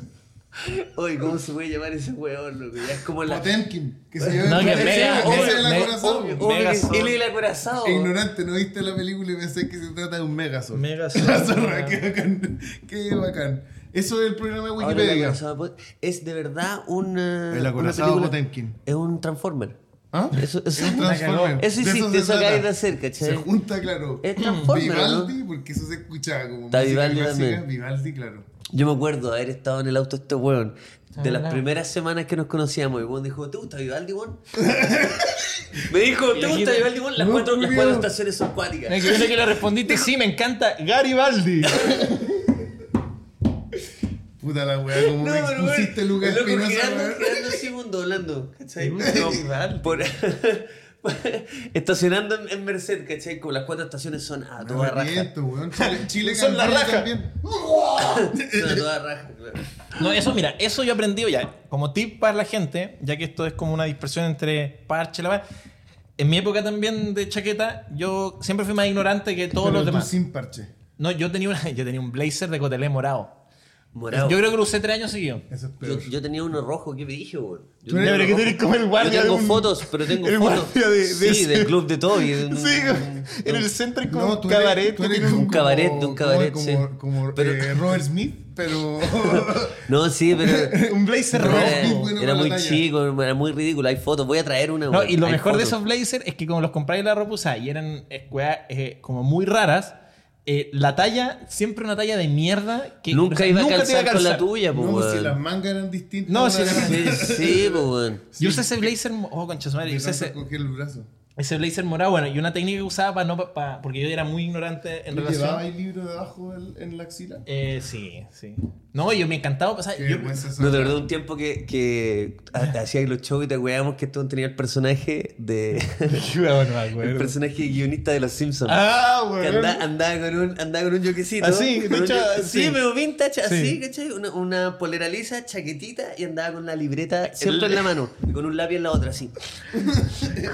Speaker 4: Oye, ¿cómo se puede llamar ese huevón, loco? Ya es como la.
Speaker 3: Potemkin. Que se lleva
Speaker 2: No, que
Speaker 3: Ese
Speaker 2: mega-
Speaker 3: es el
Speaker 2: mega-
Speaker 3: acorazado.
Speaker 2: obvio.
Speaker 4: Obvio que es
Speaker 2: Megazord.
Speaker 4: él y el acorazado.
Speaker 3: Ignorante, no viste la película y pensé que se trata de un Megazord.
Speaker 2: Megazord.
Speaker 3: La zorra, qué bacán. Qué bacán. Eso es el programa de
Speaker 4: Ahora el
Speaker 3: Wikipedia.
Speaker 4: acorazado pot- es de verdad una.
Speaker 3: El
Speaker 4: una
Speaker 3: acorazado
Speaker 4: película-
Speaker 3: Potemkin.
Speaker 4: Es un Transformer.
Speaker 3: ¿Ah?
Speaker 4: Eso, eso-
Speaker 3: Es un Transformer.
Speaker 4: Eso
Speaker 3: De
Speaker 4: hiciste,
Speaker 3: se
Speaker 4: eso
Speaker 3: trata.
Speaker 4: acabáis de hacer, ¿cachai?
Speaker 3: Se junta, claro.
Speaker 4: Es Transformer,
Speaker 3: Vivaldi, porque eso se escuchaba como
Speaker 4: Está
Speaker 3: música
Speaker 4: Vivaldi
Speaker 3: clásica.
Speaker 4: también.
Speaker 3: Vivaldi, claro.
Speaker 4: Yo me acuerdo haber estado en el auto este weón. De las
Speaker 2: Hola.
Speaker 4: primeras semanas que nos conocíamos, y weón dijo, ¿te gusta Vivaldi, weón? Me dijo, ¿te gusta Vivaldi, weón? Las
Speaker 3: No,
Speaker 4: cuatro, las
Speaker 3: culiao.
Speaker 4: cuatro estaciones son cuáticas.
Speaker 2: Me que le respondiste, sí, me encanta Garibaldi.
Speaker 3: Puta la weá, como me
Speaker 4: pero,
Speaker 3: expusiste
Speaker 4: weón,
Speaker 3: Lucas
Speaker 4: el loco
Speaker 3: Espinosa.
Speaker 4: girando,
Speaker 3: weón.
Speaker 4: girando así, weón, doblando, ¿cachai?
Speaker 2: Me gusta
Speaker 4: No,
Speaker 2: Vivaldi.
Speaker 4: por- estacionando en, en Merced, ¿cachai? Como las cuatro estaciones son a
Speaker 3: Me
Speaker 4: toda raja.
Speaker 3: arrepiento, weón. Chile, Chile
Speaker 2: Son la
Speaker 3: campeón
Speaker 2: raja.
Speaker 3: también.
Speaker 4: Son a toda raja, claro.
Speaker 2: No, eso, mira, eso yo he aprendido ya. Como tip para la gente, ya que esto es como una dispersión entre parche y la weá. En mi época también de chaqueta, yo siempre fui más ignorante que todos
Speaker 3: Pero
Speaker 2: los
Speaker 3: tú
Speaker 2: demás.
Speaker 3: sin parche.
Speaker 2: No, yo tenía, una- yo tenía un blazer de cotelé morado.
Speaker 4: Morado.
Speaker 2: Yo
Speaker 4: Yo,
Speaker 2: creo que lo usé tres años seguidos.
Speaker 3: Eso es peor.
Speaker 4: yo, tenía uno rojo, ¿qué me dije, weón? Yo
Speaker 3: Tú eres- pero
Speaker 4: tenía uno
Speaker 3: que
Speaker 4: rojo.
Speaker 2: como el
Speaker 4: Yo tengo
Speaker 2: de un-
Speaker 4: fotos, pero tengo
Speaker 2: el
Speaker 4: fotos.
Speaker 2: guardia de- de
Speaker 4: sí,
Speaker 2: ese-
Speaker 4: del club de Toby. de un-
Speaker 2: Sí, en el centro es como un cabaret. que tiene
Speaker 4: un
Speaker 2: un-
Speaker 4: cabaret, un cabaret,
Speaker 3: como,
Speaker 4: sí.
Speaker 3: como, como,
Speaker 4: Pero-
Speaker 3: eh, Robert Smith, pero
Speaker 4: No, sí, pero.
Speaker 2: Un blazer
Speaker 3: Pero-
Speaker 2: rojo.
Speaker 4: era,
Speaker 3: bueno
Speaker 4: era
Speaker 3: para
Speaker 4: muy
Speaker 3: la talla.
Speaker 4: chico, era muy ridículo. Hay fotos, voy a traer una.
Speaker 2: No,
Speaker 4: weón.
Speaker 2: y lo
Speaker 4: Hay
Speaker 2: mejor de
Speaker 4: fotos.
Speaker 2: esos blazers es que como los compráis en la ropusa y eran eh, weas, eh, como muy raras, eh, la talla, siempre una talla de mierda que o
Speaker 4: Nunca
Speaker 2: sea,
Speaker 4: iba a
Speaker 2: nunca te
Speaker 4: calzar, con la tuya, po,
Speaker 3: no, pues si
Speaker 4: weón.
Speaker 3: las mangas eran distintas.
Speaker 2: No,
Speaker 3: una
Speaker 2: si
Speaker 3: de
Speaker 2: las-
Speaker 3: la-
Speaker 4: Sí, sí, po, weón.
Speaker 2: Yo usé ese blazer, oh, concha su madre,
Speaker 3: de
Speaker 2: yo usé
Speaker 3: tanto
Speaker 2: ese,
Speaker 3: coger el brazo.
Speaker 2: Ese blazer morado, bueno, y una técnica que usaba para no. pa- pa- porque yo era muy ignorante en
Speaker 3: ¿Tú
Speaker 2: relación.
Speaker 3: ¿Llevaba el libro debajo del- en la axila?
Speaker 2: Eh, sí, sí. No, yo me encantaba. O sea,
Speaker 3: Qué
Speaker 2: yo,
Speaker 3: vergüenza esa
Speaker 4: No, de
Speaker 3: weá.
Speaker 4: verdad, un tiempo que, que hacíais los shows y te weábamos que tú tenía el personaje de.
Speaker 2: Bueno, me
Speaker 4: el
Speaker 2: acuerdo.
Speaker 4: personaje guionista de Los Simpsons.
Speaker 3: Ah,
Speaker 4: Que
Speaker 3: weón.
Speaker 4: anda- andaba con un, andaba con un
Speaker 2: Ah,
Speaker 4: yoquecito.
Speaker 3: Así,
Speaker 4: con un
Speaker 3: hecha,
Speaker 4: yo- sí,
Speaker 3: sí.
Speaker 4: pero vintage,
Speaker 3: Sí.
Speaker 4: así, ¿cachai? Una, una polera lisa, chaquetita y andaba con la libreta siempre en la mano y con un lápiz en la otra, así.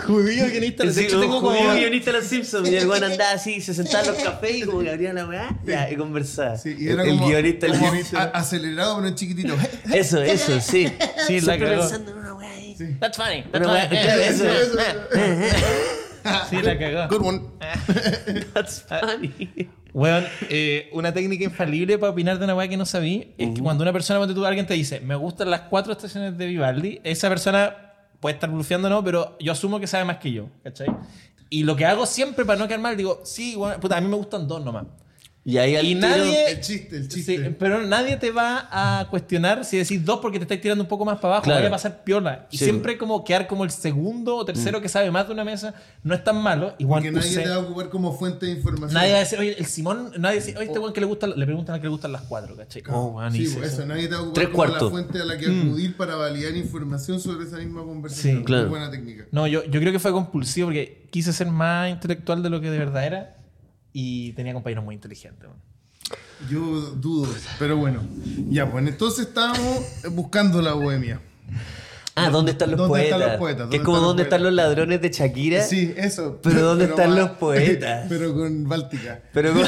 Speaker 2: Judío guionista. De
Speaker 4: Sí,
Speaker 2: hecho,
Speaker 4: un
Speaker 2: tengo como.
Speaker 4: judío guionista de los Simpsons. Y el weón andaba así, se sentaba en los cafés y como que abría la weá ya, y conversaba.
Speaker 3: Sí, y era
Speaker 4: el, el
Speaker 3: como-
Speaker 4: guionista, el
Speaker 3: como a-
Speaker 4: guionista.
Speaker 3: acelerado, pero en chiquitito.
Speaker 4: Eso, eso, sí.
Speaker 2: Sí, la
Speaker 4: Siempre
Speaker 2: cagó.
Speaker 4: pensando en una weá ahí.
Speaker 2: That's funny.
Speaker 4: Una weá, claro, eso.
Speaker 3: eso,
Speaker 4: Eh,
Speaker 2: Sí, la cagó.
Speaker 3: Good one.
Speaker 4: That's funny.
Speaker 2: Weón, eh, una técnica infalible para opinar de una weá que no sabía es que cuando una persona, ponte tú, alguien te dice, me gustan las cuatro estaciones de Vivaldi, esa persona puede estar blufeando o no, pero yo asumo que sabe más que yo, ¿cachai? Y lo que hago siempre para no quedar mal, digo, sí, weón, puta, a mí me gustan dos nomás.
Speaker 4: Y ahí al
Speaker 2: Y
Speaker 4: tiro-
Speaker 2: nadie-
Speaker 3: El chiste, el chiste.
Speaker 2: Sí, pero nadie te va a cuestionar si decís dos porque te estáis tirando un poco más para abajo,
Speaker 4: Claro.
Speaker 2: vaya a pasar piola. Y
Speaker 4: Sí.
Speaker 2: siempre como quedar como el segundo o tercero que sabe más de una mesa no es tan malo. Igual
Speaker 3: Mm. Porque nadie
Speaker 2: usé-
Speaker 3: te va a ocupar como fuente de información.
Speaker 2: Nadie va a decir, oye, el Simón, nadie dice, oye, este weón que le gusta, le preguntan a que le gustan las cuatro, ¿cachai? Oh, weón,
Speaker 3: sí,
Speaker 2: hice
Speaker 3: pues,
Speaker 2: eso.
Speaker 3: eso, nadie te va a ocupar
Speaker 4: Tres
Speaker 3: como la
Speaker 4: cuartos. Mm.
Speaker 3: fuente a la que acudir para validar información sobre esa misma conversación.
Speaker 2: Sí,
Speaker 4: claro.
Speaker 3: Muy buena técnica.
Speaker 2: No, yo, yo creo que fue compulsivo porque quise ser más intelectual de lo que de verdad era y tenía compañeros muy inteligentes. weón.
Speaker 3: Yo dudo, pero bueno. Ya, pues entonces estábamos buscando la bohemia.
Speaker 4: Ah, ¿dónde están los
Speaker 3: ¿Dónde
Speaker 4: poetas?
Speaker 3: están los poetas?
Speaker 4: Que es
Speaker 3: ¿Dónde
Speaker 4: como
Speaker 3: están los
Speaker 4: ¿dónde están
Speaker 3: poetas?
Speaker 4: los ladrones de Shakira?
Speaker 3: Sí, eso.
Speaker 4: Pero ¿dónde están
Speaker 3: más-
Speaker 4: los poetas?
Speaker 3: pero con Báltica.
Speaker 4: Pero como-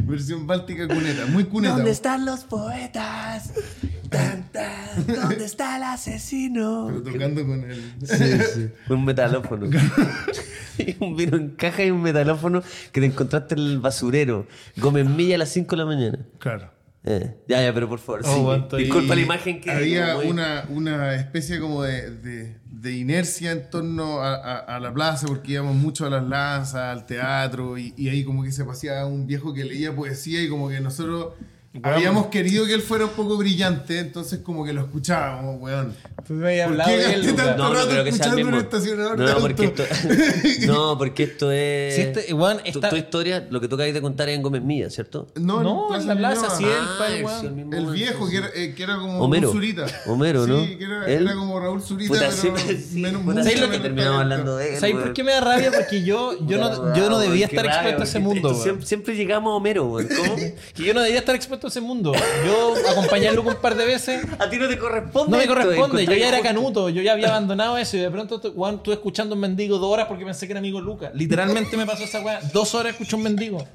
Speaker 3: Versión Báltica cuneta. Muy cuneta.
Speaker 4: ¿Dónde están los poetas? Tan, tan, ¿Dónde está el asesino?
Speaker 3: Pero tocando con el.
Speaker 4: Un metalófono. Y un vino en caja y un metalófono que te encontraste en el basurero. Gómez Milla a las 5 de la mañana.
Speaker 3: Claro.
Speaker 4: Eh, ya, ya, pero por favor.
Speaker 2: Oh,
Speaker 4: sigue.
Speaker 2: bueno, estoy-
Speaker 4: Disculpa la imagen que.
Speaker 3: Había
Speaker 4: muy-
Speaker 3: una, una especie como de, de- de inercia en torno a, a- a la plaza, porque íbamos mucho a las lanzas, al teatro, y, y ahí como que se paseaba un viejo que leía poesía y como que nosotros habíamos querido que él fuera un poco brillante, entonces como que lo escuchábamos, weón.
Speaker 2: Tú me habías
Speaker 3: ¿Por
Speaker 2: hablado
Speaker 3: qué
Speaker 2: de él,
Speaker 3: gasté
Speaker 2: weón.
Speaker 3: tanto
Speaker 4: No, no
Speaker 3: rato
Speaker 4: creo que sea el
Speaker 3: escuchando
Speaker 4: mismo.
Speaker 3: un estacionador de
Speaker 4: No, porque
Speaker 3: auto?
Speaker 4: esto, no, porque esto es.
Speaker 2: Si este- weón,
Speaker 4: tu,
Speaker 2: está-
Speaker 4: tu historia, lo que tú acabas de contar es en Gómez Milla, ¿cierto?
Speaker 3: No,
Speaker 2: No, en la
Speaker 3: Ñuñoa.
Speaker 2: plaza, sí, el
Speaker 3: Ah,
Speaker 2: pa- el
Speaker 4: es
Speaker 2: weón.
Speaker 4: mismo
Speaker 3: El
Speaker 4: weón.
Speaker 3: viejo que era, eh, que era como
Speaker 4: Homero.
Speaker 3: Raúl Zurita.
Speaker 4: Homero, ¿no?
Speaker 3: Sí, que era,
Speaker 4: Él-
Speaker 3: era como Raúl Zurita,
Speaker 4: Puta,
Speaker 3: pero
Speaker 4: siempre- sí,
Speaker 3: menos
Speaker 4: puta,
Speaker 3: mucho
Speaker 4: siempre
Speaker 3: menos
Speaker 4: terminamos
Speaker 3: talento.
Speaker 4: hablando de él.
Speaker 2: ¿Sabes
Speaker 4: weón.
Speaker 2: por qué me da rabia? Porque yo, yo, no,
Speaker 4: Puta,
Speaker 2: yo no
Speaker 4: weón,
Speaker 2: debía
Speaker 4: qué
Speaker 2: estar
Speaker 4: rabia,
Speaker 2: expuesto a ese
Speaker 4: porque
Speaker 2: mundo.
Speaker 4: esto
Speaker 2: weón.
Speaker 4: Siempre, siempre llegamos a Homero, weón. ¿Cómo?
Speaker 2: Que yo no debería estar expuesto a ese mundo. Yo acompañé a Luca un par de veces.
Speaker 4: A ti no te corresponde.
Speaker 2: No me
Speaker 4: esto,
Speaker 2: corresponde, yo
Speaker 4: encontrar
Speaker 2: ya era
Speaker 4: injusto.
Speaker 2: canuto, yo ya había abandonado eso y de pronto tu- weón, estuve escuchando un mendigo dos horas porque pensé que era amigo de Lucas. Literalmente me pasó esa weá, dos horas escuché un mendigo.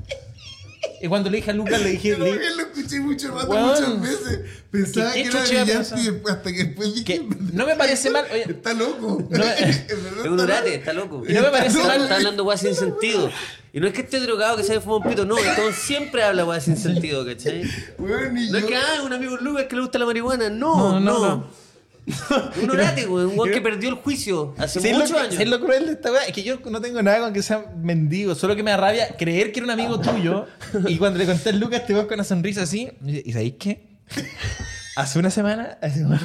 Speaker 2: Y cuando le dije a Lucas, le dije,
Speaker 3: Yo
Speaker 2: le-
Speaker 3: también lo escuché mucho rato,
Speaker 2: Weón.
Speaker 3: muchas veces. Pensaba
Speaker 2: ¿Qué-
Speaker 3: que
Speaker 2: qué
Speaker 3: era
Speaker 2: chucha iba a
Speaker 3: brillante
Speaker 2: pensar?
Speaker 3: y después- hasta que después dije,
Speaker 2: que
Speaker 3: "En verdad,
Speaker 2: no me parece mal, oye,
Speaker 3: está loco.
Speaker 2: No
Speaker 3: En
Speaker 2: me-
Speaker 3: verdad
Speaker 4: Es
Speaker 3: está
Speaker 4: un
Speaker 3: loco.
Speaker 4: orate, está loco.
Speaker 2: Y no me parece
Speaker 4: está,
Speaker 2: mal.
Speaker 4: está hablando weá sin sentido. Y no es que esté drogado que se haya fumado un pito, no, el cabrón siempre habla weá sin sentido, ¿cachai?
Speaker 3: Weón, y
Speaker 4: No es
Speaker 3: yo-
Speaker 4: que, ah, un amigo de Lucas que le gusta la marihuana, no, no.
Speaker 2: No, no,
Speaker 4: un orate, weón, un weón que perdió el juicio hace
Speaker 2: ¿sabes lo
Speaker 4: muchos
Speaker 2: que-
Speaker 4: años.
Speaker 2: ¿sabes lo cruel de esta weá? Es que yo no tengo nada con que sea mendigo, solo que me da rabia creer que era un amigo tuyo y cuando le conté a Lucas te vas con una sonrisa así y dice, ¿y sabéis qué? Hace una semana, hace una-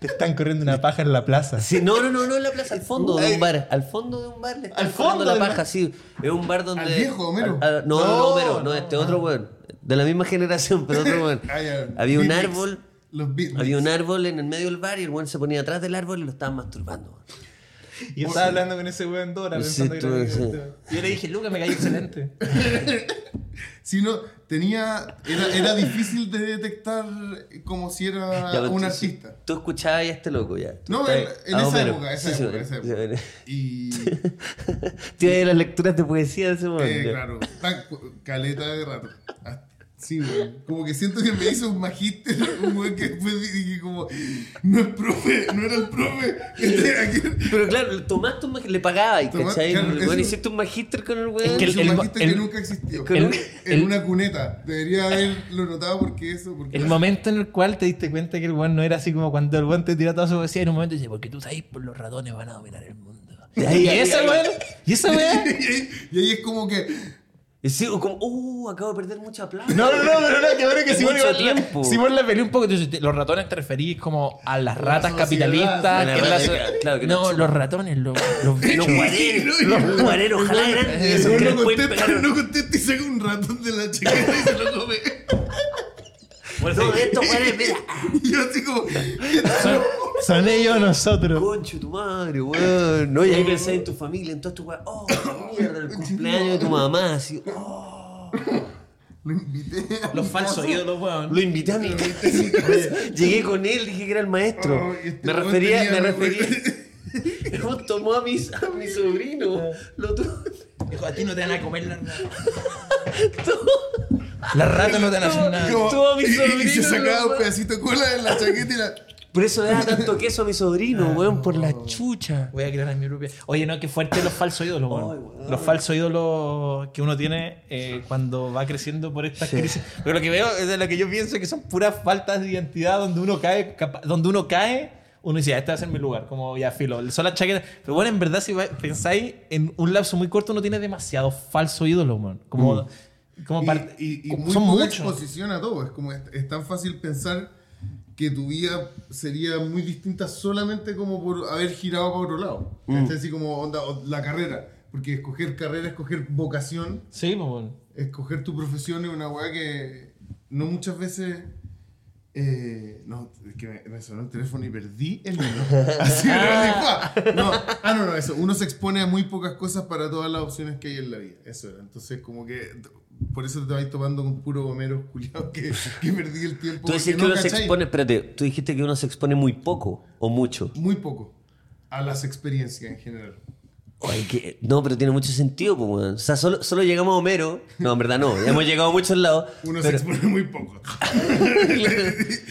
Speaker 2: te están corriendo una paja en la plaza.
Speaker 4: Sí, no, no, no, no en la plaza, al fondo de un bar. Al fondo de un bar le están
Speaker 2: Al
Speaker 4: cortando
Speaker 2: fondo
Speaker 4: la
Speaker 2: del
Speaker 4: paja, sí. Es un bar donde.
Speaker 3: Al viejo Homero.
Speaker 4: al- al- no, no, no,
Speaker 2: No,
Speaker 4: Homero, no, este otro weón. De la misma generación, pero otro weón.
Speaker 3: Ah, ya,
Speaker 4: Había un
Speaker 3: Beatles.
Speaker 4: árbol.
Speaker 3: Los Beatles.
Speaker 4: Había un árbol en el medio del bar y el weón se ponía atrás del árbol y lo estaban masturbando.
Speaker 2: Y yo estaba hablando con ese weón Dora
Speaker 4: Sí,
Speaker 2: pensando que
Speaker 4: tú
Speaker 2: era
Speaker 4: sí.
Speaker 2: amigo. Y yo le dije, Lucas, me cayó excelente.
Speaker 3: Si no, tenía. Era, era difícil de detectar como si era
Speaker 4: Ya, pero
Speaker 3: un
Speaker 4: tú-
Speaker 3: artista.
Speaker 4: Tú escuchabas a este loco ya. Tú
Speaker 3: No, en,
Speaker 4: estabas-
Speaker 3: en
Speaker 4: a
Speaker 3: esa
Speaker 4: Homero.
Speaker 3: época, esa
Speaker 4: Ah, Sí, sí,
Speaker 3: época,
Speaker 4: Homero,
Speaker 3: esa
Speaker 4: sí,
Speaker 3: época. Y.
Speaker 4: Te iba a ir a las lecturas de poesía de ese momento.
Speaker 3: Eh, claro, tan cu- caleta de rato. Ah, Sí, güey. Como que siento que me hizo un magíster, un güey que después dije como, no es profe, no era el profe. Este era aquel.
Speaker 4: Pero claro, tomaste un magíster, le pagabas,
Speaker 3: Tomás,
Speaker 4: ¿cachai?
Speaker 3: claro,
Speaker 4: el
Speaker 3: eso-
Speaker 4: weón hiciste un magíster con el weón.
Speaker 2: que el-
Speaker 3: Es un
Speaker 2: el-
Speaker 3: magíster
Speaker 2: el-
Speaker 3: que nunca existió.
Speaker 4: el-
Speaker 3: en
Speaker 2: el-
Speaker 3: una cuneta. Debería haberlo notado porque eso, porque...
Speaker 2: El momento en el cual te diste cuenta que el weón no era así como cuando el weón te tira toda su poesía y en un momento dice, porque tú sabes, por los ratones van a dominar el mundo. Y,
Speaker 4: ahí, ahí,
Speaker 2: esa
Speaker 4: ahí.
Speaker 2: weón, y esa
Speaker 3: y,
Speaker 2: weón,
Speaker 3: ahí, y ahí es como que...
Speaker 4: Y Y sigo como, uh, acabo de perder mucha plata.
Speaker 5: No, no, no, pero no, que bueno que
Speaker 4: Es
Speaker 5: si vos,
Speaker 4: mucho
Speaker 5: la-
Speaker 4: tiempo.
Speaker 5: si vos la peleé un poco, entonces te- los ratones te referís como a las ratas
Speaker 3: sociedad.
Speaker 5: capitalistas.
Speaker 4: A la
Speaker 5: que
Speaker 4: rata
Speaker 5: las-
Speaker 4: que- claro, que la
Speaker 5: no,
Speaker 4: chupa.
Speaker 5: los ratones, los, los
Speaker 4: Los
Speaker 5: bichos.
Speaker 4: guareros, los guareros, ojalá eran esos que
Speaker 3: no,
Speaker 4: les pueden
Speaker 3: contesta,
Speaker 4: pegar-
Speaker 3: no contesta y saca un ratón de la chaqueta y se lo come.
Speaker 4: No, de estos guareros, mira,
Speaker 3: Y yo así como.
Speaker 5: Son, son ellos nosotros.
Speaker 4: concho tu madre, weón. No, y ahí pensás en tu familia, en todas tus weas. Oh, la mierda, el cumpleaños de tu mamá, así. Oh,
Speaker 3: Lo invité. a
Speaker 2: Los
Speaker 3: mi
Speaker 2: falsos
Speaker 3: casa.
Speaker 2: ídolos, weón.
Speaker 4: lo invité a mi casa. Llegué con él, dije que era el maestro.
Speaker 3: Ay, este
Speaker 4: me
Speaker 3: weón
Speaker 4: refería,
Speaker 3: tenía
Speaker 4: me
Speaker 3: mi-
Speaker 4: refería. Vos tomó a, mis, a mi sobrino. Lo tomó.
Speaker 2: Dijo, a ti no te van a comer la
Speaker 5: Las ratas no te van a hacer nada.
Speaker 3: Como-
Speaker 4: Tuvo a mi
Speaker 3: y- y,
Speaker 4: sobrino,
Speaker 3: se sacaba
Speaker 4: ¿no?
Speaker 3: un pedacito de cola de la chaqueta y la.
Speaker 4: Por eso le da tanto queso a mi sobrino, weón, por la chucha.
Speaker 2: Voy a crear a mi propia. Oye, no, qué fuerte los falsos ídolos, weón.
Speaker 4: Ay, weón.
Speaker 2: Los falsos ídolos que uno tiene eh, cuando va creciendo por estas crisis. Pero lo que veo, es de lo que yo pienso que son puras faltas de identidad donde uno cae, capa- donde uno cae, uno dice, "Ah, este va a ser mi lugar, como ya filo, son las chaquetas. Pero bueno, en verdad, si va- pensáis, en un lapso muy corto uno tiene demasiado falso ídolo, weón. Como, como par-
Speaker 3: Y, y, y
Speaker 2: como-
Speaker 3: muy
Speaker 2: son
Speaker 3: poca
Speaker 2: muchos.
Speaker 3: exposición a todo. Es como es, es tan fácil pensar que tu vida sería muy distinta solamente como por haber girado para otro lado.
Speaker 2: Mm.
Speaker 3: Es decir, como onda, o la carrera. Porque escoger carrera, escoger vocación,
Speaker 2: Sí, pues, weón.
Speaker 3: escoger tu profesión es una weá que no muchas veces. eh, no, es que me, me sonó el teléfono y perdí el hilo. Así que no, ah, no, no, eso. Uno se expone a muy pocas cosas para todas las opciones que hay en la vida. Eso era. Entonces, como que. Por eso te vais topando con puro gomeros culiados que, que perdí el tiempo.
Speaker 4: Tú decís
Speaker 3: porque
Speaker 4: que
Speaker 3: no
Speaker 4: uno se
Speaker 3: cachai.
Speaker 4: expone, espérate, tú dijiste que uno se expone muy poco o mucho.
Speaker 3: Muy poco. A las experiencias en general.
Speaker 4: Ay, que- no, pero tiene mucho sentido, pues, weón. O sea, solo, solo llegamos a Homero. No, en verdad no. Ya hemos llegado a muchos lados.
Speaker 3: Uno se
Speaker 4: pero-
Speaker 3: expone muy poco.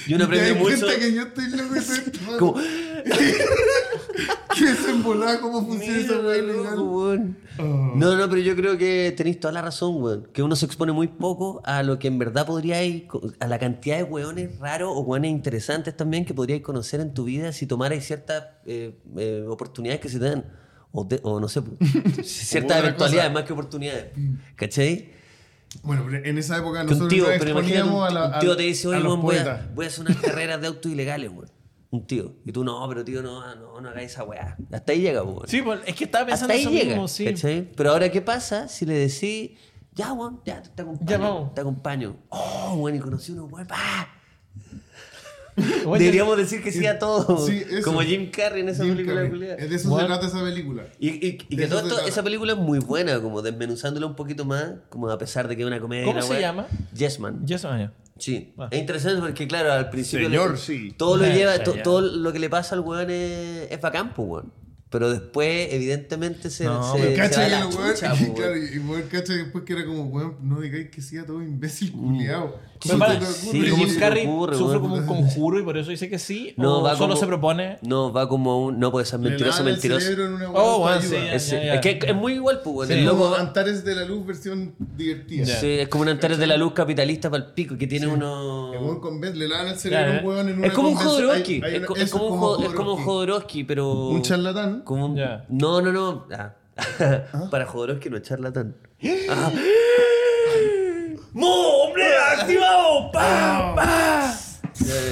Speaker 4: y uno aprende
Speaker 3: ¿Te das
Speaker 4: mucho.
Speaker 3: cuenta que yo estoy loco de ser raro?
Speaker 4: Como,
Speaker 3: ¿Qué es embolada? ¿Cómo funciona esa
Speaker 4: "Mira,
Speaker 3: weá
Speaker 4: loco,
Speaker 3: legal?
Speaker 4: weón".
Speaker 3: Oh.
Speaker 4: No, no, pero yo creo que tenéis toda la razón, weón. Que uno se expone muy poco a lo que en verdad podría ir, co- a la cantidad de weones raros o weones interesantes también que podríais conocer en tu vida si tomarais ciertas eh, eh, oportunidades que se te dan. O, te- o no sé, pues, ciertas
Speaker 3: otra
Speaker 4: eventualidades
Speaker 3: cosa. Mm.
Speaker 4: más que oportunidades. ¿Cachai?
Speaker 3: Bueno, pero en esa época
Speaker 4: Que un
Speaker 3: nosotros
Speaker 4: tío,
Speaker 3: nos
Speaker 4: pero imagínate, un,
Speaker 3: exponíamos a la-
Speaker 4: un tío
Speaker 3: a-
Speaker 4: te dice,
Speaker 3: a
Speaker 4: oye,
Speaker 3: los
Speaker 4: weón, voy,
Speaker 3: poetas.
Speaker 4: a, voy a hacer unas carreras de autos ilegales, weón. Un tío. Y tú, no, pero tío, no, no, no hagáis esa weá. Hasta ahí llega, weón.
Speaker 2: Sí, pues, es que estaba pensando
Speaker 4: Hasta ahí
Speaker 2: eso
Speaker 4: llega.
Speaker 2: mismo, sí.
Speaker 4: ¿cachai? Pero ahora, ¿qué pasa si le decís, ya, weón, ya, te acompaño?
Speaker 2: Ya, vamos.
Speaker 4: Te acompaño. Oh, weón, y conocí uno, weón, ¡ah!
Speaker 2: Oye,
Speaker 4: Deberíamos decir que sí a todo.
Speaker 3: Sí, eso.
Speaker 4: Como Jim Carrey en esa
Speaker 3: Jim
Speaker 4: película.
Speaker 3: Carrey.
Speaker 4: culiá.
Speaker 3: Es de eso
Speaker 2: Bueno.
Speaker 3: se trata esa película.
Speaker 4: Y, y- y
Speaker 3: De
Speaker 4: que
Speaker 3: eso
Speaker 4: todo
Speaker 3: se
Speaker 4: esto-
Speaker 3: trata.
Speaker 4: esa película es muy buena, como desmenuzándola un poquito más, como a pesar de que es una comedia. y
Speaker 2: ¿Cómo
Speaker 4: la
Speaker 2: se
Speaker 4: weá.
Speaker 2: llama?
Speaker 4: Yes Man.
Speaker 2: Ya se bañó.
Speaker 4: Sí,
Speaker 2: Ah.
Speaker 4: es interesante porque, claro, al principio.
Speaker 3: Señor,
Speaker 4: le-
Speaker 3: sí.
Speaker 4: Todo lo,
Speaker 2: Eh,
Speaker 4: lleva,
Speaker 2: señor.
Speaker 4: to- todo lo que le pasa al weón es, es bacán, pues, weón. Pero después, evidentemente, se.
Speaker 2: No,
Speaker 4: se,
Speaker 2: pero
Speaker 4: se va
Speaker 3: Cacha
Speaker 4: a
Speaker 3: que
Speaker 4: la
Speaker 3: lo weón.
Speaker 4: chucha,
Speaker 3: y
Speaker 4: pues, weón.
Speaker 3: claro, y weón cacha después que era como, weón, no digáis que sí a todo imbécil culiado.
Speaker 4: Mm. Sí,
Speaker 2: Pero para,
Speaker 4: te
Speaker 2: sí,
Speaker 4: ocurre?
Speaker 2: pero
Speaker 4: ¿Cómo
Speaker 2: Jim
Speaker 4: se
Speaker 2: Carrey
Speaker 4: te ocurre,
Speaker 2: sufre
Speaker 4: weón?
Speaker 2: como un conjuro y por eso dice que sí. o solo
Speaker 4: como-
Speaker 2: se propone.
Speaker 4: No, va como a un. No, porque ser mentiroso, mentiroso.
Speaker 3: En una
Speaker 2: Oh,
Speaker 3: oh,
Speaker 2: weón,
Speaker 3: sí.
Speaker 2: sí,
Speaker 4: Es,
Speaker 2: Ya, ya, ya.
Speaker 4: es que es muy igual, pues, weón.
Speaker 2: Sí.
Speaker 4: El
Speaker 3: Es
Speaker 4: loco
Speaker 3: como
Speaker 4: va-
Speaker 3: Antares de la Luz versión divertida.
Speaker 4: sí, es como un Antares de la Luz capitalista para el pico, que tiene unos.
Speaker 3: El weón con Ben le lavan el cerebro a
Speaker 2: Claro.
Speaker 3: un weón en una
Speaker 4: Es como un
Speaker 3: convención.
Speaker 4: Jodorowsky.
Speaker 3: Hay- hay
Speaker 4: Es,
Speaker 3: una-
Speaker 4: co- es
Speaker 3: eso,
Speaker 4: como un Jod- es como
Speaker 3: Jodorowsky.
Speaker 4: un Jodorowsky, pero.
Speaker 3: Un charlatán.
Speaker 4: Como un-
Speaker 2: Ya.
Speaker 4: No, no, no. Ah. Para Jodorowsky no es charlatán. Ah. ¡Hombre! ¡Activado! ¡Pam!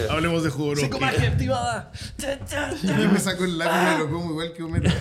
Speaker 3: Hablemos de Jodorowsky.
Speaker 2: activada.
Speaker 3: Yo me saco el lápiz y me lo como igual que Homero. Esa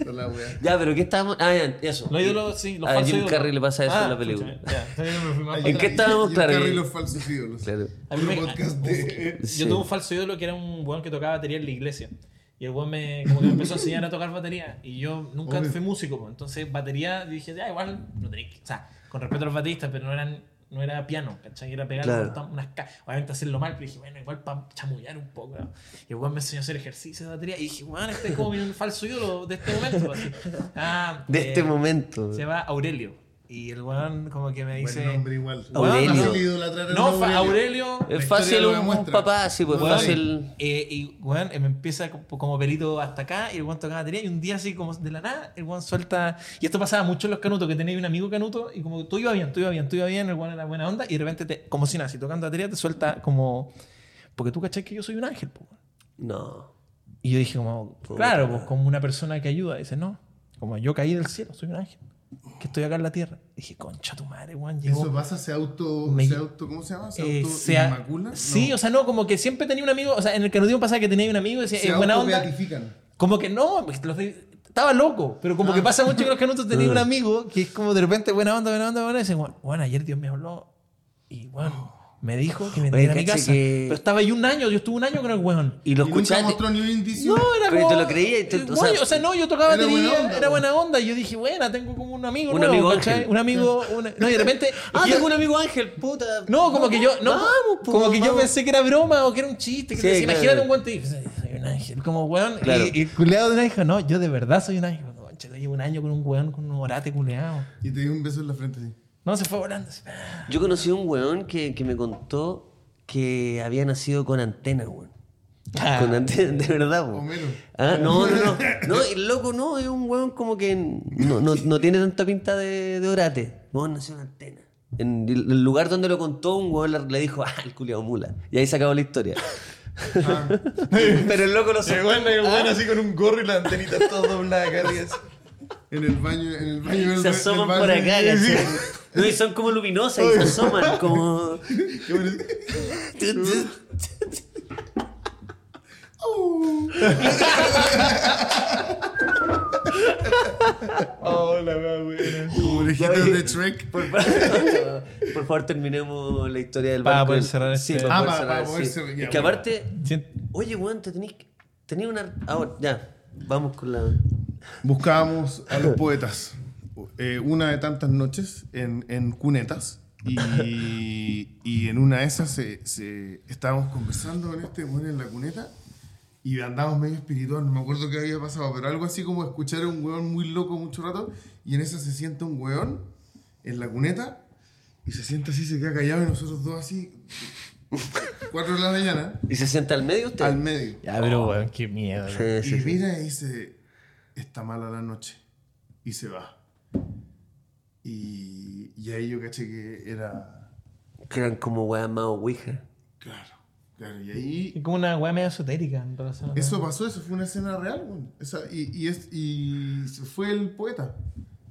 Speaker 3: es la weá.
Speaker 4: Ya, pero ¿qué estábamos? Ah, ya, eso.
Speaker 2: Los ídolos, sí, los
Speaker 4: A
Speaker 2: falsos
Speaker 4: Jim
Speaker 2: ídolos.
Speaker 4: Carrey le pasa eso
Speaker 2: Ah,
Speaker 4: en la película.
Speaker 2: escúchame, ya, entonces yo me fui más para
Speaker 4: ¿En qué
Speaker 2: atrás.
Speaker 4: estábamos?
Speaker 3: Y el
Speaker 4: Claro,
Speaker 3: Carrey
Speaker 4: que-
Speaker 3: los falsos ídolos.
Speaker 4: Claro.
Speaker 2: A mí
Speaker 3: Otro
Speaker 2: me-
Speaker 3: podcast de...
Speaker 4: Sí.
Speaker 2: Yo tuve un falso ídolo que era un weón que tocaba batería en la iglesia. Y el weón me, como que me empezó a enseñar a tocar batería. Y yo nunca
Speaker 3: Obvio.
Speaker 2: fui músico, pues. entonces batería dije, ya igual, no tenés que. O sea, con respeto a los bateristas, pero no eran. No era piano, ¿cachai? Era pegar
Speaker 4: Claro.
Speaker 2: con tam- unas ca- Obviamente hacerlo mal, pero dije, bueno, igual para chamullar un poco. ¿no? Y el weón me enseñó a hacer ejercicio de batería. Y dije, weón, este es como mi falso ídolo de este momento. así. Ah,
Speaker 4: De
Speaker 2: eh,
Speaker 4: este momento.
Speaker 2: Se llama Aurelio. Y el weón como que me dice...
Speaker 3: Buen nombre igual.
Speaker 4: Aurelio.
Speaker 3: Fácil idolatrar a
Speaker 2: No,
Speaker 3: un
Speaker 2: fa- Aurelio...
Speaker 3: La
Speaker 4: Es
Speaker 3: historia
Speaker 4: fácil
Speaker 3: lo
Speaker 4: un, un
Speaker 3: demuestra.
Speaker 4: papá, sí, pues
Speaker 2: Weón,
Speaker 4: fácil.
Speaker 2: eh, y weón, eh, me empieza co- como pelito hasta acá y el weón tocaba batería y un día así como de la nada, el weón suelta... Y esto pasaba mucho en los canutos, que tenéis un amigo canuto y como tú iba bien, tú iba bien, tú iba bien, el weón era buena onda y de repente, te, como si nada, si tocando batería te suelta como... Porque tú cachás que yo soy un ángel, po, weón.
Speaker 4: No.
Speaker 2: Y yo dije como, claro, pues como una persona que ayuda. Dice, no, como yo caí del cielo, soy un ángel. que estoy acá en la tierra. Dije, concha tu madre, weón. llegó-
Speaker 3: Eso pasa, se auto,
Speaker 2: Me-
Speaker 3: se auto. ¿Cómo se llama? ¿Se
Speaker 2: eh,
Speaker 3: auto
Speaker 2: se a-
Speaker 3: inmacula?
Speaker 2: Sí,
Speaker 3: No.
Speaker 2: o sea, no, como que siempre tenía un amigo, o sea, en el canudismo pasaba que tenía un amigo y decía,
Speaker 3: se
Speaker 2: es buena
Speaker 3: auto
Speaker 2: onda.
Speaker 3: beatifican.
Speaker 2: Como que no, los de- estaba loco, pero como que
Speaker 4: Ah.
Speaker 2: pasa mucho que los canutos tenían un amigo que es como de repente buena onda, buena onda, buena onda, y dicen, bueno, ayer Dios me habló y bueno, me dijo que vendiera
Speaker 4: Oye,
Speaker 2: mi
Speaker 4: caché
Speaker 2: casa.
Speaker 4: que-
Speaker 2: Pero estaba ahí un año, yo estuve un año con el weón.
Speaker 4: Y lo
Speaker 3: Y nunca
Speaker 4: escuchaste.
Speaker 3: mostró ni un indicio.
Speaker 2: No, era
Speaker 4: Pero
Speaker 2: como-
Speaker 4: te lo creías y te-
Speaker 2: eh,
Speaker 4: o sea,
Speaker 2: güey, o sea, no, yo tocaba
Speaker 3: era
Speaker 2: batería,
Speaker 3: buena onda,
Speaker 2: era
Speaker 3: po.
Speaker 2: buena onda. Y yo dije, bueno, tengo como un amigo
Speaker 4: Un
Speaker 2: nuevo,
Speaker 4: amigo
Speaker 2: ¿cachai?
Speaker 4: ángel.
Speaker 2: Un amigo... una- No, y de repente...
Speaker 4: Ah,
Speaker 2: y yo-
Speaker 4: tengo un amigo Ángel, puta.
Speaker 2: No, como que yo... No,
Speaker 4: Vamos, po,
Speaker 2: como que yo
Speaker 4: vamos.
Speaker 2: pensé que era broma o que era un chiste. Que
Speaker 4: Sí,
Speaker 2: decía,
Speaker 4: claro.
Speaker 2: Imagínate un guante y dije, soy un ángel, como weón.
Speaker 4: Claro.
Speaker 2: Y, y el culeado de un ángel, no, yo de verdad soy un ángel. No, che, llevo un año con un weón, con un orate culeado.
Speaker 3: Y te dio un beso en la frente. así.
Speaker 2: No, se fue volando. así. ah.
Speaker 4: Yo conocí a un weón que, que me contó que había nacido con antena, weón.
Speaker 2: Ah.
Speaker 4: Con antena, de verdad, weón.
Speaker 3: Homero.
Speaker 4: Ah, no, no, no. No, el loco no, es un weón como que no, no, no tiene tanta pinta de, de orate. Weón nació con antena. En el el lugar donde lo contó, un weón le- le dijo, ah, el culiao mula. Y ahí se acabó la historia. Pero el loco lo
Speaker 2: Llegó
Speaker 4: sacó.
Speaker 2: el
Speaker 3: Ah.
Speaker 2: weón
Speaker 6: así con un gorro y la antenita toda doblada,
Speaker 3: En el baño, en el baño. del-
Speaker 4: Se
Speaker 3: del
Speaker 4: asoman
Speaker 3: baño.
Speaker 4: por acá,
Speaker 3: Sí.
Speaker 4: ¿cachai? No, y son como luminosas y se asoman como...
Speaker 3: Qué bueno.
Speaker 6: Hola, weón.
Speaker 3: Como orejitas de Trek.
Speaker 4: Por favor, por favor, terminemos la historia del
Speaker 6: Para
Speaker 4: barco.
Speaker 6: poder cerrar
Speaker 4: Sí,
Speaker 6: este-
Speaker 4: para
Speaker 3: Ah,
Speaker 4: poder
Speaker 3: para-
Speaker 4: cerrar,
Speaker 3: para poder
Speaker 4: sí.
Speaker 3: cerrar, ya,
Speaker 4: Es que
Speaker 3: bueno.
Speaker 4: aparte, oye, weón, te tenés que- tenía una. Ahora, ya, vamos con la.
Speaker 3: Buscábamos a los poetas. eh, una de tantas noches en, en cunetas. Y, y en una de esas se, se- estábamos conversando con este bueno en la cuneta. Y andábamos medio espiritual, no me acuerdo qué había pasado, pero algo así como escuchar a un weón muy loco mucho rato. Y en esa se sienta un weón en la cuneta. Y se sienta así, se queda callado. Y nosotros dos así. Cuatro de la mañana.
Speaker 4: ¿Y se sienta al medio usted?
Speaker 3: Al medio.
Speaker 6: Ya, pero weón, qué miedo. weón.
Speaker 4: Ah. Sí, sí,
Speaker 3: Y
Speaker 4: sí.
Speaker 3: mira y dice, está mala la noche. Y se va. Y, y ahí yo caché que era...
Speaker 4: Que eran como weas más ouija.
Speaker 3: Claro, claro. Y ahí...
Speaker 2: Y como una weá medio esotérica en relación a-
Speaker 3: Eso pasó, eso fue una escena real. güey. Esa, y, y, es, y se fue el poeta.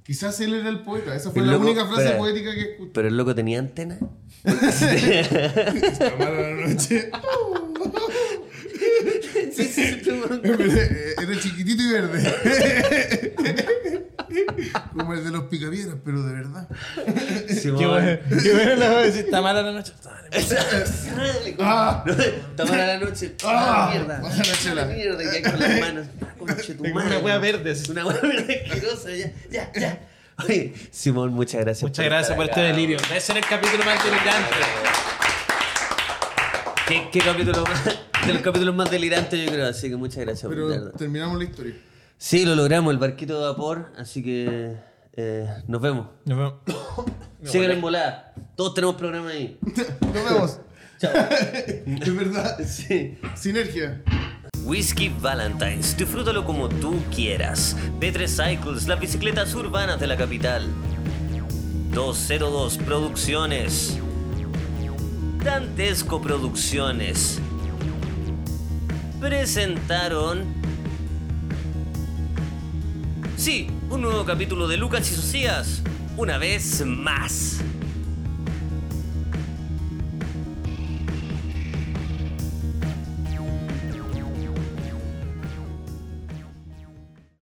Speaker 3: Quizás él era el poeta. Esa fue
Speaker 4: El
Speaker 3: la
Speaker 4: loco-
Speaker 3: única frase
Speaker 4: espera.
Speaker 3: poética que escuché.
Speaker 4: Pero el loco tenía antena.
Speaker 3: Está mala la noche.
Speaker 4: sí, sí, sí, sí, weón.
Speaker 3: Era chiquitito y verde. Como el de los picapiedras, pero de verdad.
Speaker 4: Sí,
Speaker 6: Qué bueno.
Speaker 4: weón.
Speaker 6: Qué bueno la weón. Está mala la noche. Está mala.
Speaker 4: Sale,
Speaker 3: Ah.
Speaker 4: como- Tomar a la noche.
Speaker 3: Ah.
Speaker 4: Ah, mierda.
Speaker 3: Baja la chela.
Speaker 4: Mierda. Y ahí con las manos. Ah, conche tu
Speaker 6: Tengo
Speaker 4: madre.
Speaker 6: una wea verde, así.
Speaker 4: Una hueá verde asquerosa. Ya, ya, ya. Oye, Simón, muchas gracias.
Speaker 6: Muchas gracias por este delirio. Debe ser el capítulo más delirante.
Speaker 4: ¿Qué, qué capítulo más? De los capítulos más delirantes, yo creo. Así que muchas gracias por
Speaker 3: Pero
Speaker 4: estar.
Speaker 3: terminamos la historia.
Speaker 4: Sí, lo logramos. El barquito de vapor. Así que eh, nos vemos.
Speaker 6: Nos vemos.
Speaker 4: Sigan en volada. Todos tenemos programa ahí.
Speaker 3: Nos vemos.
Speaker 4: Chao.
Speaker 3: Es verdad.
Speaker 4: Sí.
Speaker 3: Sinergia.
Speaker 4: Whiskey Valentines, disfrútalo como tú quieras. B3 Cycles, las bicicletas urbanas de la capital. 202 Producciones. Dantesco Producciones. Presentaron... Sí, un nuevo capítulo de Lucas y Socias. Una vez más.